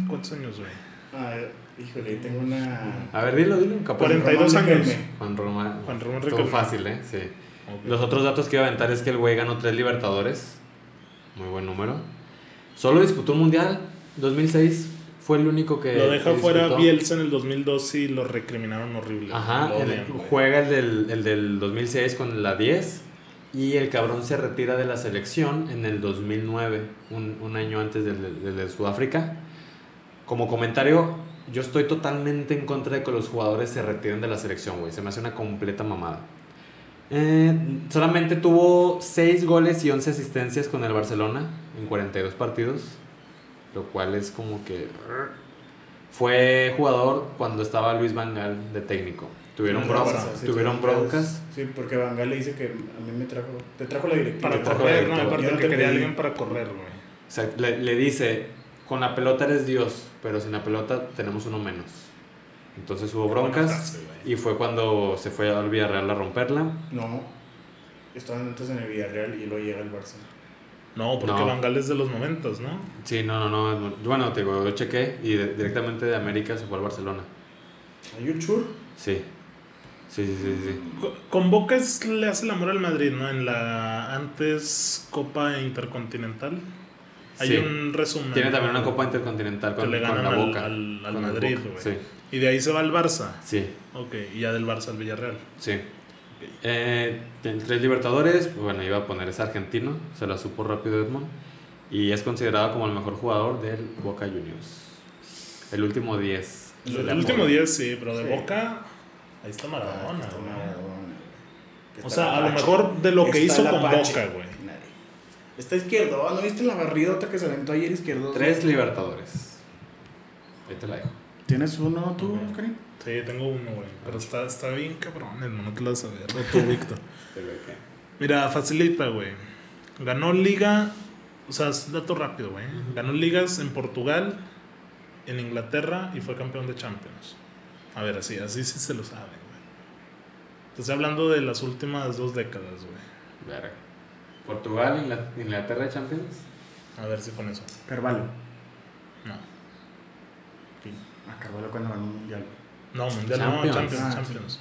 ¿Cuántos años, güey? Ah, híjole, tengo una. A ver, dilo, dilo, capaz. 42 Román años. Riquelme. Juan Román. Juan Román Estuvo Riquelme. fácil, ¿eh? Sí. Ok. Los otros datos que iba a aventar es que el güey ganó tres Libertadores. Muy buen número. Solo disputó un Mundial 2006. Fue el único que. Lo deja que fuera disputó. Bielsa en el 2002 y lo recriminaron horrible. Ajá. Lo el- odian, güey. juega el del, el del 2006 con la 10. Y el cabrón se retira de la selección en el 2009, un, un año antes del, del de Sudáfrica. Como comentario, yo estoy totalmente en contra de que los jugadores se retiren de la selección, güey. Se me hace una completa mamada. Eh, solamente tuvo 6 goles y 11 asistencias con el Barcelona en 42 partidos, lo cual es como que... Fue jugador cuando estaba Luis Van Gaal de técnico. Tuvieron Una broncas. Barça, sí, Tuvieron tuve broncas. Sí, porque Van Gaal le dice que a mí me trajo. Te trajo la directiva. Para Yo correr, creo ¿no? que- Aparte yo no que te quería creí. alguien para correr, güey. O sea, le, le dice, con la pelota eres Dios, pero sin la pelota tenemos uno menos. Entonces hubo broncas y fue cuando se fue al Villarreal a romperla. No. Estaban antes en el Villarreal y luego llega el Barça. No, porque No. Van Gaal es de los momentos, ¿no? Sí, no, no, no. Bueno, te digo, yo chequé y de- directamente de América se fue al Barcelona. ¿Are you sure? Sí. Sí, sí, sí, sí. Co- Con Boca es- le hace el amor al Madrid, ¿no? En la antes Copa Intercontinental. Hay Sí. un resumen. Tiene también una Copa Intercontinental Que con, le con ganan la al- Boca. al- al Con el Madrid, Boca. güey. Sí, Y de ahí se va al Barça. sí. Ok, y ya del Barça al Villarreal. Sí. Eh, en tres Libertadores, pues, bueno, iba a poner es argentino, se la supo rápido Edmond, y es considerado como el mejor jugador del Boca Juniors. El último 10. El, Del último amor. 10 sí, pero de Sí. Boca ahí está Ah, que Maradona. está güey. Maradona, que o está sea, a lo Apache. mejor de lo que Está hizo el con Apache. Boca, güey. Nadie. Está izquierdo, ¿no viste la barridota que se aventó ayer izquierdo? Tres Libertadores. Ahí te la dejo. ¿Tienes uno tú, Karim? Sí, tengo uno, güey. Pero está, está bien cabrón, el no te lo vas a ver. O tú, Víctor. Mira, facilita, güey. Ganó liga, o sea, es dato rápido, güey. Ganó ligas en Portugal, en Inglaterra y fue campeón de Champions. A ver, así, así sí se lo sabe, güey. Te estoy hablando de las últimas dos décadas, güey. Verga. Portugal, Ingla- Inglaterra, Champions. A ver si con eso. Carvalho. No. A Ah, Carvalho cuando ganó un mundial. No, mundial no, Este, Champions. Champions, Ah, Champions.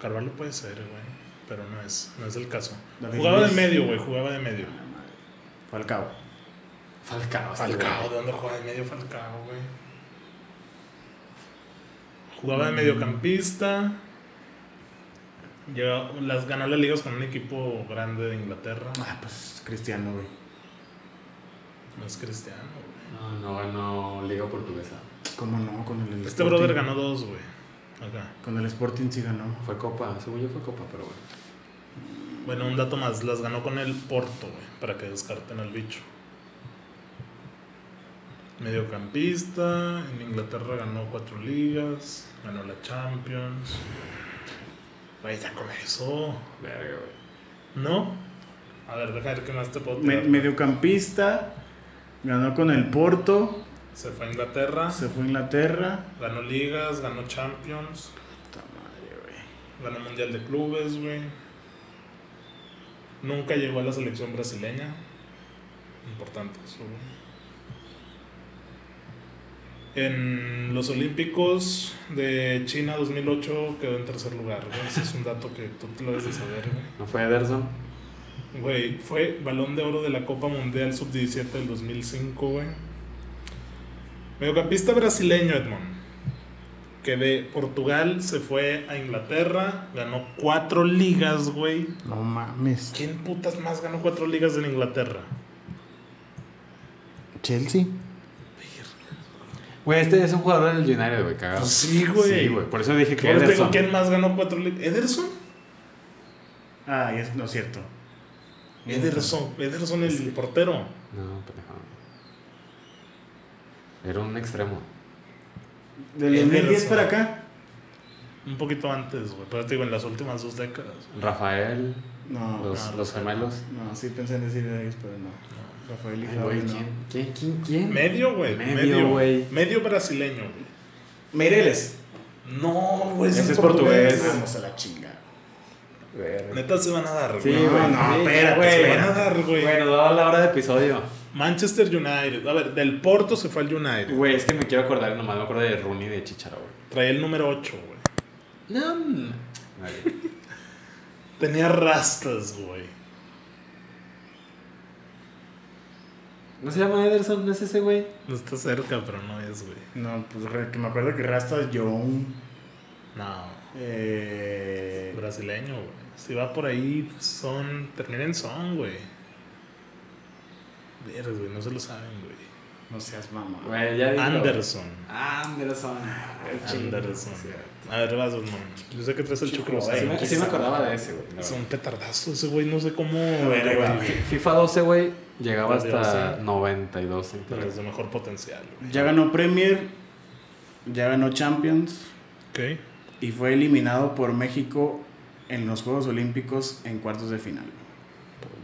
Carvalho puede ser, güey. Pero no es, no es el caso. David jugaba de Luiz. medio, güey, jugaba de medio. Falcao. Falcao. este Falcao, güey. ¿de dónde jugaba de medio Falcao, güey? Jugaba de mediocampista. Llega- las ganó las ligas con un equipo grande de Inglaterra. Ah, pues Cristiano, güey. No es cristiano, güey. No, no ganó Liga Portuguesa. ¿Cómo no? Con el, el Este Sporting. brother ganó dos, güey. Acá. Con el Sporting sí ganó. Fue Copa, según yo fue Copa, pero bueno. Bueno, un dato más. Las ganó con el Porto, güey. Para que descarten al bicho. Mediocampista. En Inglaterra ganó cuatro ligas. Ganó la Champions. Güey, ya con eso. Verga, güey. ¿No? A ver, déjame ver qué más te puedo Me- tirar. mediocampista. Ganó con el Porto. Se fue a Inglaterra, Se fue a Inglaterra. ganó ligas, ganó Champions, Puta madre, güey. ganó Mundial de Clubes, güey. Nunca llegó a la selección brasileña. Importante eso, güey. En los Olímpicos de China 2008 quedó en tercer lugar, güey. Ese es un dato que tú te lo debes de saber, güey. ¿No fue Ederson? Güey, fue balón de oro de la Copa Mundial Sub-17 del 2005, güey. Mediocampista brasileño, Edmond. Que de Portugal se fue a Inglaterra, ganó cuatro ligas, güey. No mames. ¿Quién putas más ganó cuatro ligas en Inglaterra? Chelsea. Güey, este es un jugador del United, güey, cagado. Pues sí, güey. Ah, Sí, güey. Por eso dije que este Ahora tengo Ederson. quién más ganó cuatro ligas. ¿Ederson? Ah, y es, no es cierto. Ederson. Ederson el portero. No, pendejo. Era un extremo. Del Ederson. 2010 para acá. Un poquito antes, güey. Pero te digo, en las últimas dos décadas. Rafael, No, los, claro, los claro. gemelos. no, sí pensé en decir ellos, pero no. Rafael y Ay, Fabio, güey, no. ¿quién? ¿Quién? ¿Quién? ¿Quién? Medio, güey. Medio, Medio, güey. Medio brasileño. güey. Meireles. No, güey. Ese es es portugués. Vamos a la chinga. Neta se van a dar, güey. Sí, No, güey. no, sí, espérate, güey. se van a dar, güey. Bueno, dada la hora de episodio. Manchester United. A ver, del Porto se fue al United. Güey, es que me quiero acordar, nomás me acuerdo de Rooney de Chicharo, güey. Traía el número 8, güey. No. mm. Tenía rastas, güey. ¿No se llama Ederson? ¿No es ese güey? No está cerca, pero no es, güey. No, pues re- que me acuerdo que Rasta John. No. Eh, Brasileño, güey. Si va por ahí, son. Termina en son, güey. Vergas, güey. No se lo saben, güey. no seas mamá. Güey, ya digo. Anderson. Anderson. Anderson. A ver, vas, Osman. Yo sé que traes el chucro. Sí me, sí me acordaba de ese, güey. la Es un verdad. petardazo ese, güey. No sé cómo. ver, ahí va. güey. FIFA 12, güey, llegaba Adiós, hasta sí. 92. Pero es entonces. de mejor potencial, güey. Ya ganó Premier, ya ganó Champions Ok. y fue eliminado por México en los Juegos Olímpicos en cuartos de final.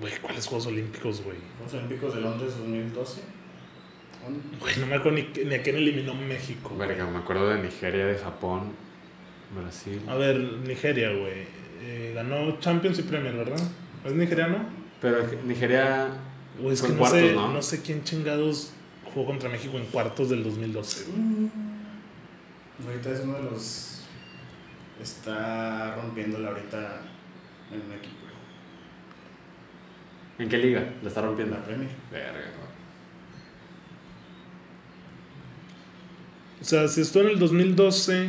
Güey, ¿cuáles Juegos Olímpicos, güey? Juegos Olímpicos de Londres 2012. Güey, no me acuerdo ni, ni a quién eliminó México. güey. Verga, me acuerdo de Nigeria, de Japón, Brasil. A ver, Nigeria, güey. Eh, ganó Champions y Premier, ¿verdad? ¿Es nigeriano? Pero que- Nigeria. Güey, es Fue que en no, cuartos, sé, ¿no? ¿no? sé quién chingados jugó contra México en cuartos del 2012. güey. Mm. Ahorita es uno de los. Está rompiéndola ahorita en un equipo. ¿En qué liga? La está rompiendo. Premier. Verga, güey. O sea, si estuvo en el 2012,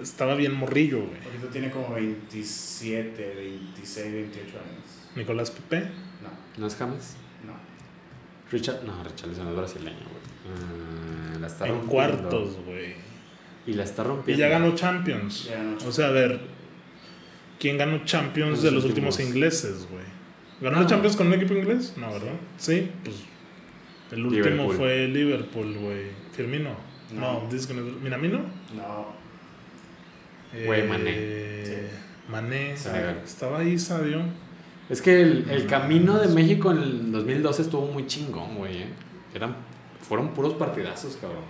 estaba bien morrillo, güey. Ahorita tiene como 27, 26, 28 años. Nicolás Pepe. No, ¿No es James? no. Richard. No, Richard es brasileño, güey. Ah, la está En rompiendo. cuartos, güey. Y la está Y rompiendo. ya ganó Champions. Ya ganó O sea, a ver, ¿quién ganó Champions Los de los últimos, últimos. ingleses, güey? ¿Ganó No. la Champions con un equipo inglés? No, ¿verdad? Sí, pues el último Liverpool. fue Liverpool, güey. Firmino. No, No. dices que no es- ¿Minamino? No. Güey, Mané. Eh, Mané. Sadio. Estaba ahí Sadio. Es que el, el camino de México en el 2012 estuvo muy chingón, güey. eh. Eran, fueron puros partidazos, cabrón.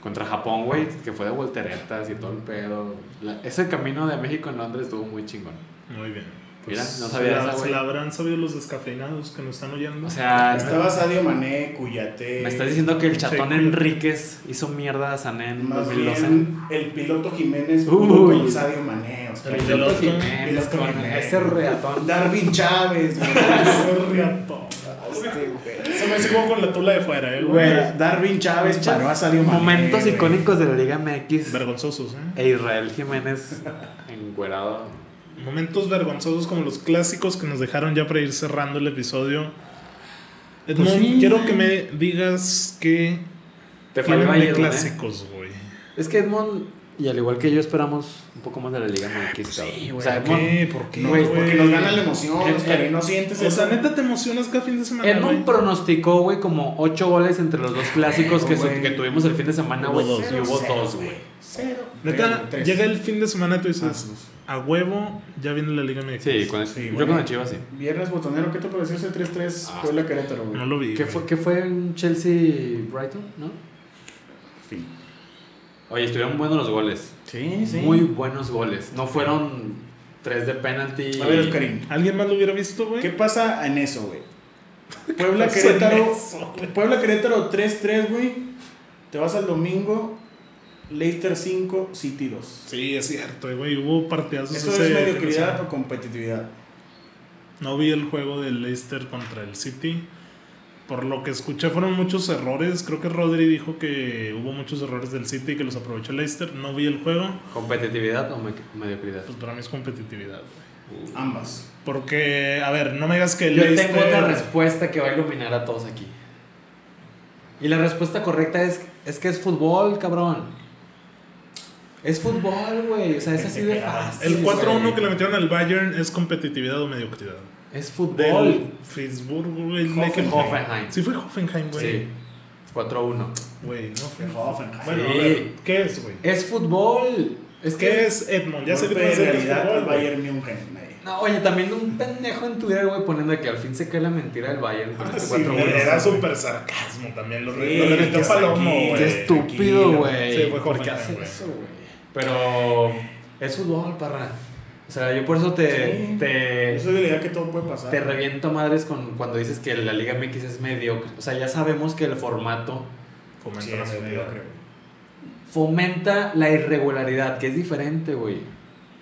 Contra Japón, güey, que fue de volteretas y todo el pedo. La- ese camino de México en Londres estuvo muy chingón. Muy bien. Pues, Mira, no sabía la- esa, se güey. la habrán sabido los descafeinados que nos están oyendo. O sea, Estaba Sadio Mané, Cuyate. Ah, me estás diciendo que el chatón Sí. Enríquez hizo mierda a Sané en Más 2012. bien el piloto Jiménez jugó Uy. con Sadio Mané. O sea, El Piloto piloto Jiménez, Piloto con Jiménez. ese reatón. Darwin Chávez. güey. Ese riato. Este, Se me hace como con la tula de fuera, eh, güey. Güey, Darwin Chávez paró a Sadio Mané. Momentos güey. icónicos de la Liga MX. Vergonzosos, ¿eh? E Israel Jiménez encuerado. Momentos vergonzosos como los clásicos que nos dejaron ya para ir cerrando el episodio. Edmond, Pues sí. quiero que me digas que Te falló tienen ahí, de Edmond, ¿eh? clásicos, güey. Es que Edmond, y al igual que yo, esperamos un poco más de la Liga MX. cabrón. Sí, güey. o sea, ¿Por qué? Edmond, ¿Por qué, No, Güey, porque güey? nos gana la emoción. Eh, Oscar, eh, y no sientes O sea, eso. neta te emocionas cada fin de semana, Edmond güey. pronosticó, güey, como ocho goles entre los dos clásicos que, su- Güey. que tuvimos el fin de semana, Hubo güey. dos. Y hubo Cero, dos, güey. Cero. Neta, Tres. Ah, llega el fin de semana y tú dices, Asus. a huevo, ya viene la Liga MX. Sí, con Sí, yo güey. con el Chivas, sí. Viernes botonero, ¿qué te pareció ese 3-3 Ah. Puebla Querétaro, güey? No lo vi. ¿Qué güey. fue, ¿Qué fue en Chelsea-Brighton, no? Fin. Oye, estuvieron buenos los goles. Sí, sí. Muy buenos goles. No fueron tres de penalti. A ver, Oscarín. ¿Alguien más lo hubiera visto, güey? ¿Qué pasa en eso, güey? Puebla pasa en Querétaro. eso, Puebla Querétaro 3-3, güey. Te vas al domingo. Leicester 5, City 2. Sí, es cierto, güey. Hubo partidazos Eso ese es fin de mediocridad semana. o competitividad. No vi el juego del Leicester contra el City. Por lo que escuché fueron muchos errores. Creo que Rodri dijo que hubo muchos errores del City y que los aprovechó el Leicester. No vi el juego. ¿Competitividad o me- mediocridad? Pues para mí es competitividad. güey. Pues, Ambas. Porque, a ver, no me digas que el Yo Leicester... tengo otra respuesta que va a iluminar a todos aquí. Y la respuesta correcta es, es que es fútbol, cabrón. Es fútbol, güey. O sea, es así de fácil. El 4-1 güey. que le metieron al Bayern es competitividad o mediocridad. Es fútbol. Del Friesburgo, güey. Hoffen- Leckenheim. Hoffenheim. Sí, fue Hoffenheim, güey. Sí. 4-1. Güey, no fue El Hoffenheim. Hoffenheim. Bueno, Sí. a ver, ¿qué es, güey? Es fútbol. Es ¿Qué que es Edmond? Ya Ya sé que tú en vas a decir que es realidad fútbol, al güey. Bayern München. ahí. No, oye, también un pendejo en Twitter, güey, poniendo que al fin se cae la mentira del Bayern con Ah, este sí, 4-1. güey, era súper sarcasmo también. Lo, re- Sí, lo que reventó es Palomo, aquí, güey. que Qué es estúpido, tranquilo. güey. Sí, fue ¿Por qué Hoffenheim, haces güey. eso, güey? Pero es fútbol, parra. O sea, yo por eso te, Sí. te, Eso es la idea que todo puede pasar. Eh, te reviento madres con, cuando dices que la Liga MX es mediocre. O sea, ya sabemos que el formato Fomenta Sí, la es mediocridad. mediocre, güey. fomenta la irregularidad, que es diferente, güey.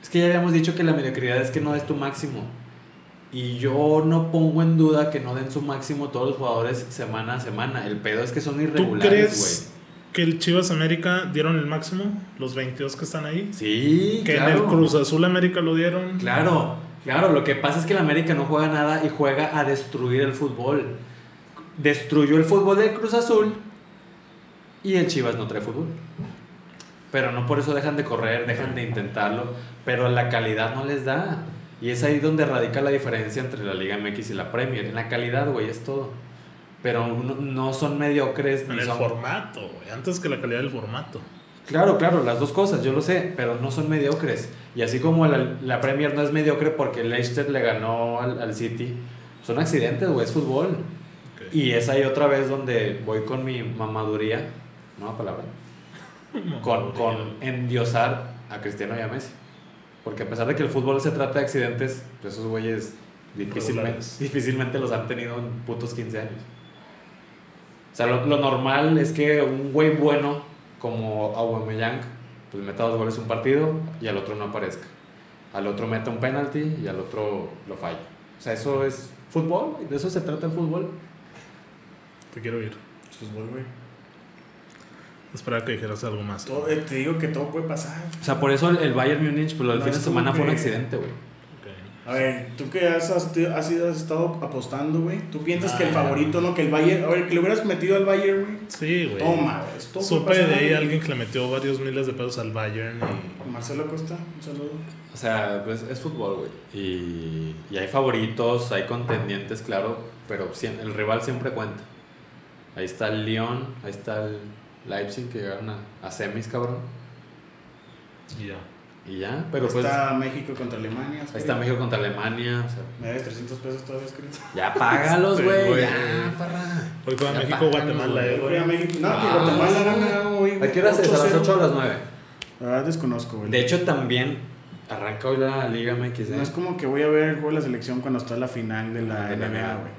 Es que ya habíamos dicho que la mediocridad es que no es tu máximo. Y yo no pongo en duda que no den su máximo todos los jugadores semana a semana. El pedo es que son ¿Tú irregulares, güey. crees que el Chivas América dieron el máximo? Los 22 que están ahí. Sí, Que en claro. el Cruz Azul América lo dieron. Claro, claro. Lo que pasa es que el América no juega nada y juega a destruir el fútbol. Destruyó el fútbol del Cruz Azul y el Chivas no trae fútbol. Pero no por eso dejan de correr, dejan de intentarlo, pero la calidad no les da. Y es ahí donde radica la diferencia entre la Liga MX y la Premier. En la calidad, güey, es todo. Pero no, no son mediocres En ni el son formato, güey. Antes que la calidad del formato. Claro, claro, las dos cosas, yo lo sé, pero no son mediocres. Y así como la, la Premier no es mediocre porque el Leicester le ganó al, al City, son accidentes, güey, es fútbol. Ok. Y es ahí otra vez donde voy con mi mamaduría, nueva palabra, con, con endiosar a Cristiano y a Messi. Porque a pesar de que el fútbol se trata de accidentes, pues esos güeyes difícilmente, Regulares. difícilmente los han tenido en putos 15 años. O sea, lo, lo normal es que un güey bueno como Aubameyang pues meta dos goles un partido y al otro no aparezca. Al otro meta un penalti y al otro lo falla. O sea, eso es fútbol, güey, de eso se trata el fútbol. Te quiero ir. Fútbol, Pues güey. Esperaba que dijeras algo más. Todo- eh, Te digo que todo puede pasar. O sea, por eso el, el Bayern Múnich, pues lo del No, fin de es como semana fue un que- accidente, güey. Ok. A ver, tú que has, has, has ido- has estado apostando, güey. Tú piensas que el Ah. favorito, no, que el Bayern. A ver, que le hubieras metido al Bayern, güey. Sí, güey. Toma, güey. esto puede Supe pasar, de ahí güey. alguien que le metió varios miles de pesos al Bayern. y- Marcelo Costa, un saludo. O sea, pues es fútbol, güey. Y, y hay favoritos, hay contendientes, claro, pero siem- el rival siempre cuenta. Ahí está el Lyon, ahí está el Leipzig que llegaron a, a semis, cabrón. Y ya. Y ya, pero pues ahí está México contra Alemania. güey. está México contra Alemania. o sea, Me das 300 pesos todavía, escrito. ya págalos, Sí, güey. güey. Ya, parra. Hoy juega Ya México, páganos, Guatemala, güey. eh, Voy a güey. México. No, Ah, que Guatemala sí. gana hoy. ¿A qué hora es? ¿A las 8-0. 8 o a las 9? La verdad desconozco, güey. De hecho, también arranca hoy la Liga MX. ¿eh? no es como que voy a ver el juego de la selección cuando está la final de la De la NBA, NBA. güey.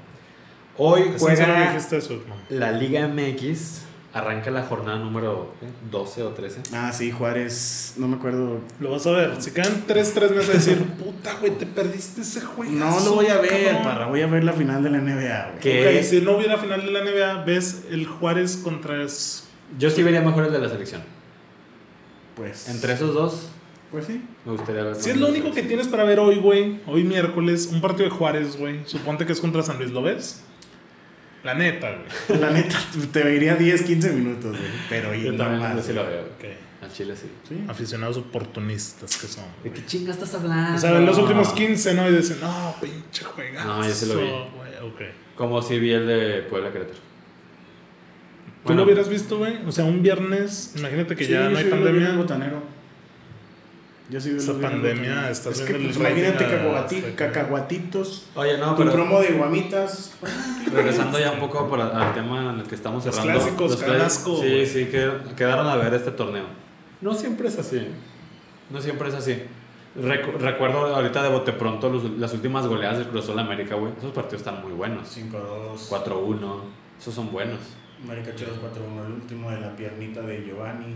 Hoy ¿Es en serio que juega dijiste eso, hermano? la Liga MX. Arranca la jornada número ¿qué? 12 o 13. Ah, sí, Juárez. No me acuerdo. Lo vas a ver. Si quedan 3-3 meses a decir, puta, güey, te perdiste ese juego. No lo voy a ver, parra. Voy a ver la final de la NBA, güey. Que es- si no hubiera final de la NBA, ves el Juárez contra. es- Yo sí vería mejor el de la selección. Pues. Entre esos dos, Pues sí. me gustaría ver. Si es lo único que tienes para ver hoy, güey, hoy miércoles, un partido de Juárez, güey. Suponte que es contra San Luis, ¿lo ves? La neta, güey. La neta, te vería 10, 15 minutos, güey. Pero y Yo no también pues, más. sí lo veo. Ok. Al Chile sí. Sí. Aficionados oportunistas que son. ¿De güey. qué chinga estás hablando? O sea, Ah, en los últimos 15, ¿no? Y dicen, no, pinche juegazo. No, yo sí lo vi. güey". Ok. Como si vi el de Puebla Querétaro. ¿Tú Bueno. lo hubieras visto, güey? O sea, un viernes, imagínate que ya no hay pandemia. botanero. Yo sí veo Esa los videos pandemia, botanero. estás Es que, viendo el pues, rating imagínate a- cacahuati- hasta que- cacahuatitos. Oye, no, Tu Ah, pero promo de guamitas. regresando ya un poco por- al tema en el que estamos Los cerrando. clásicos, clas- Carrasco, Sí, güey. sí, qued- quedaron a ver este torneo. No siempre es así. No siempre es así. Recu- recuerdo ahorita de bote pronto los- las últimas goleadas del Cruz Azul América, güey. Esos partidos están muy buenos. 5-2. 4-1. Esos son buenos. Maricacheros 4-1. El último de la piernita de Giovanni.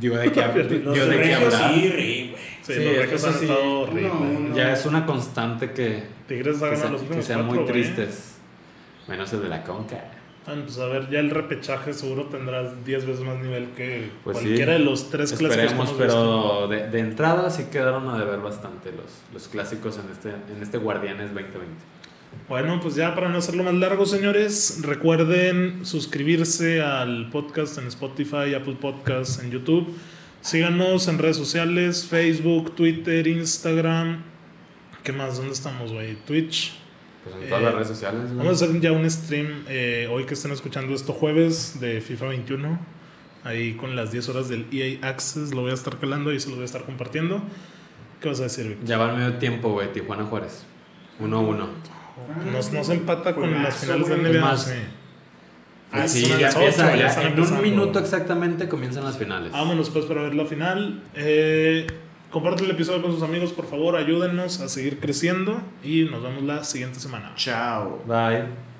Digo de que, Los digo de que regios habrá. sí, ri, güey. Sí, Sí, los regios eso han sí. estado horribles. No, no. Ya es una constante que, Tigres ha que, ganado sea- los que últimos sean cuatro, ¿eh? muy güey. tristes. Menos el de la Conca. Bueno, pues a ver, ya el repechaje seguro tendrás 10 veces más nivel que Pues cualquiera sí. de los tres clásicos. que Esperemos, hemos visto. pero de, de entrada sí quedaron a deber bastante los, los clásicos en este, en este Guardianes 2020. Bueno, pues ya para no hacerlo más largo, señores, recuerden suscribirse al podcast en Spotify, Apple Podcasts, en YouTube. Síganos en redes sociales, Facebook, Twitter, Instagram. ¿Qué más? ¿Dónde estamos, güey? Twitch. Pues en todas Eh, las redes sociales, güey. Vamos a hacer ya un stream eh, hoy que estén escuchando esto jueves de FIFA 21. Ahí con las 10 horas del EA Access lo voy a estar calando y se lo voy a estar compartiendo. ¿Qué vas a decir, Vic? Ya va el medio tiempo, güey. Tijuana Juárez. 1-1. Nos, nos empata con las finales de Juegazo, NBA. Más. sí. Pues sí, sí, son ya las empieza. ocho, ya ya están en empezando. un minuto exactamente comienzan las finales. Vámonos pues para ver la final. Eh, comparte el episodio con sus amigos, por favor, ayúdennos a seguir creciendo y nos vemos la siguiente semana. Chao. Bye.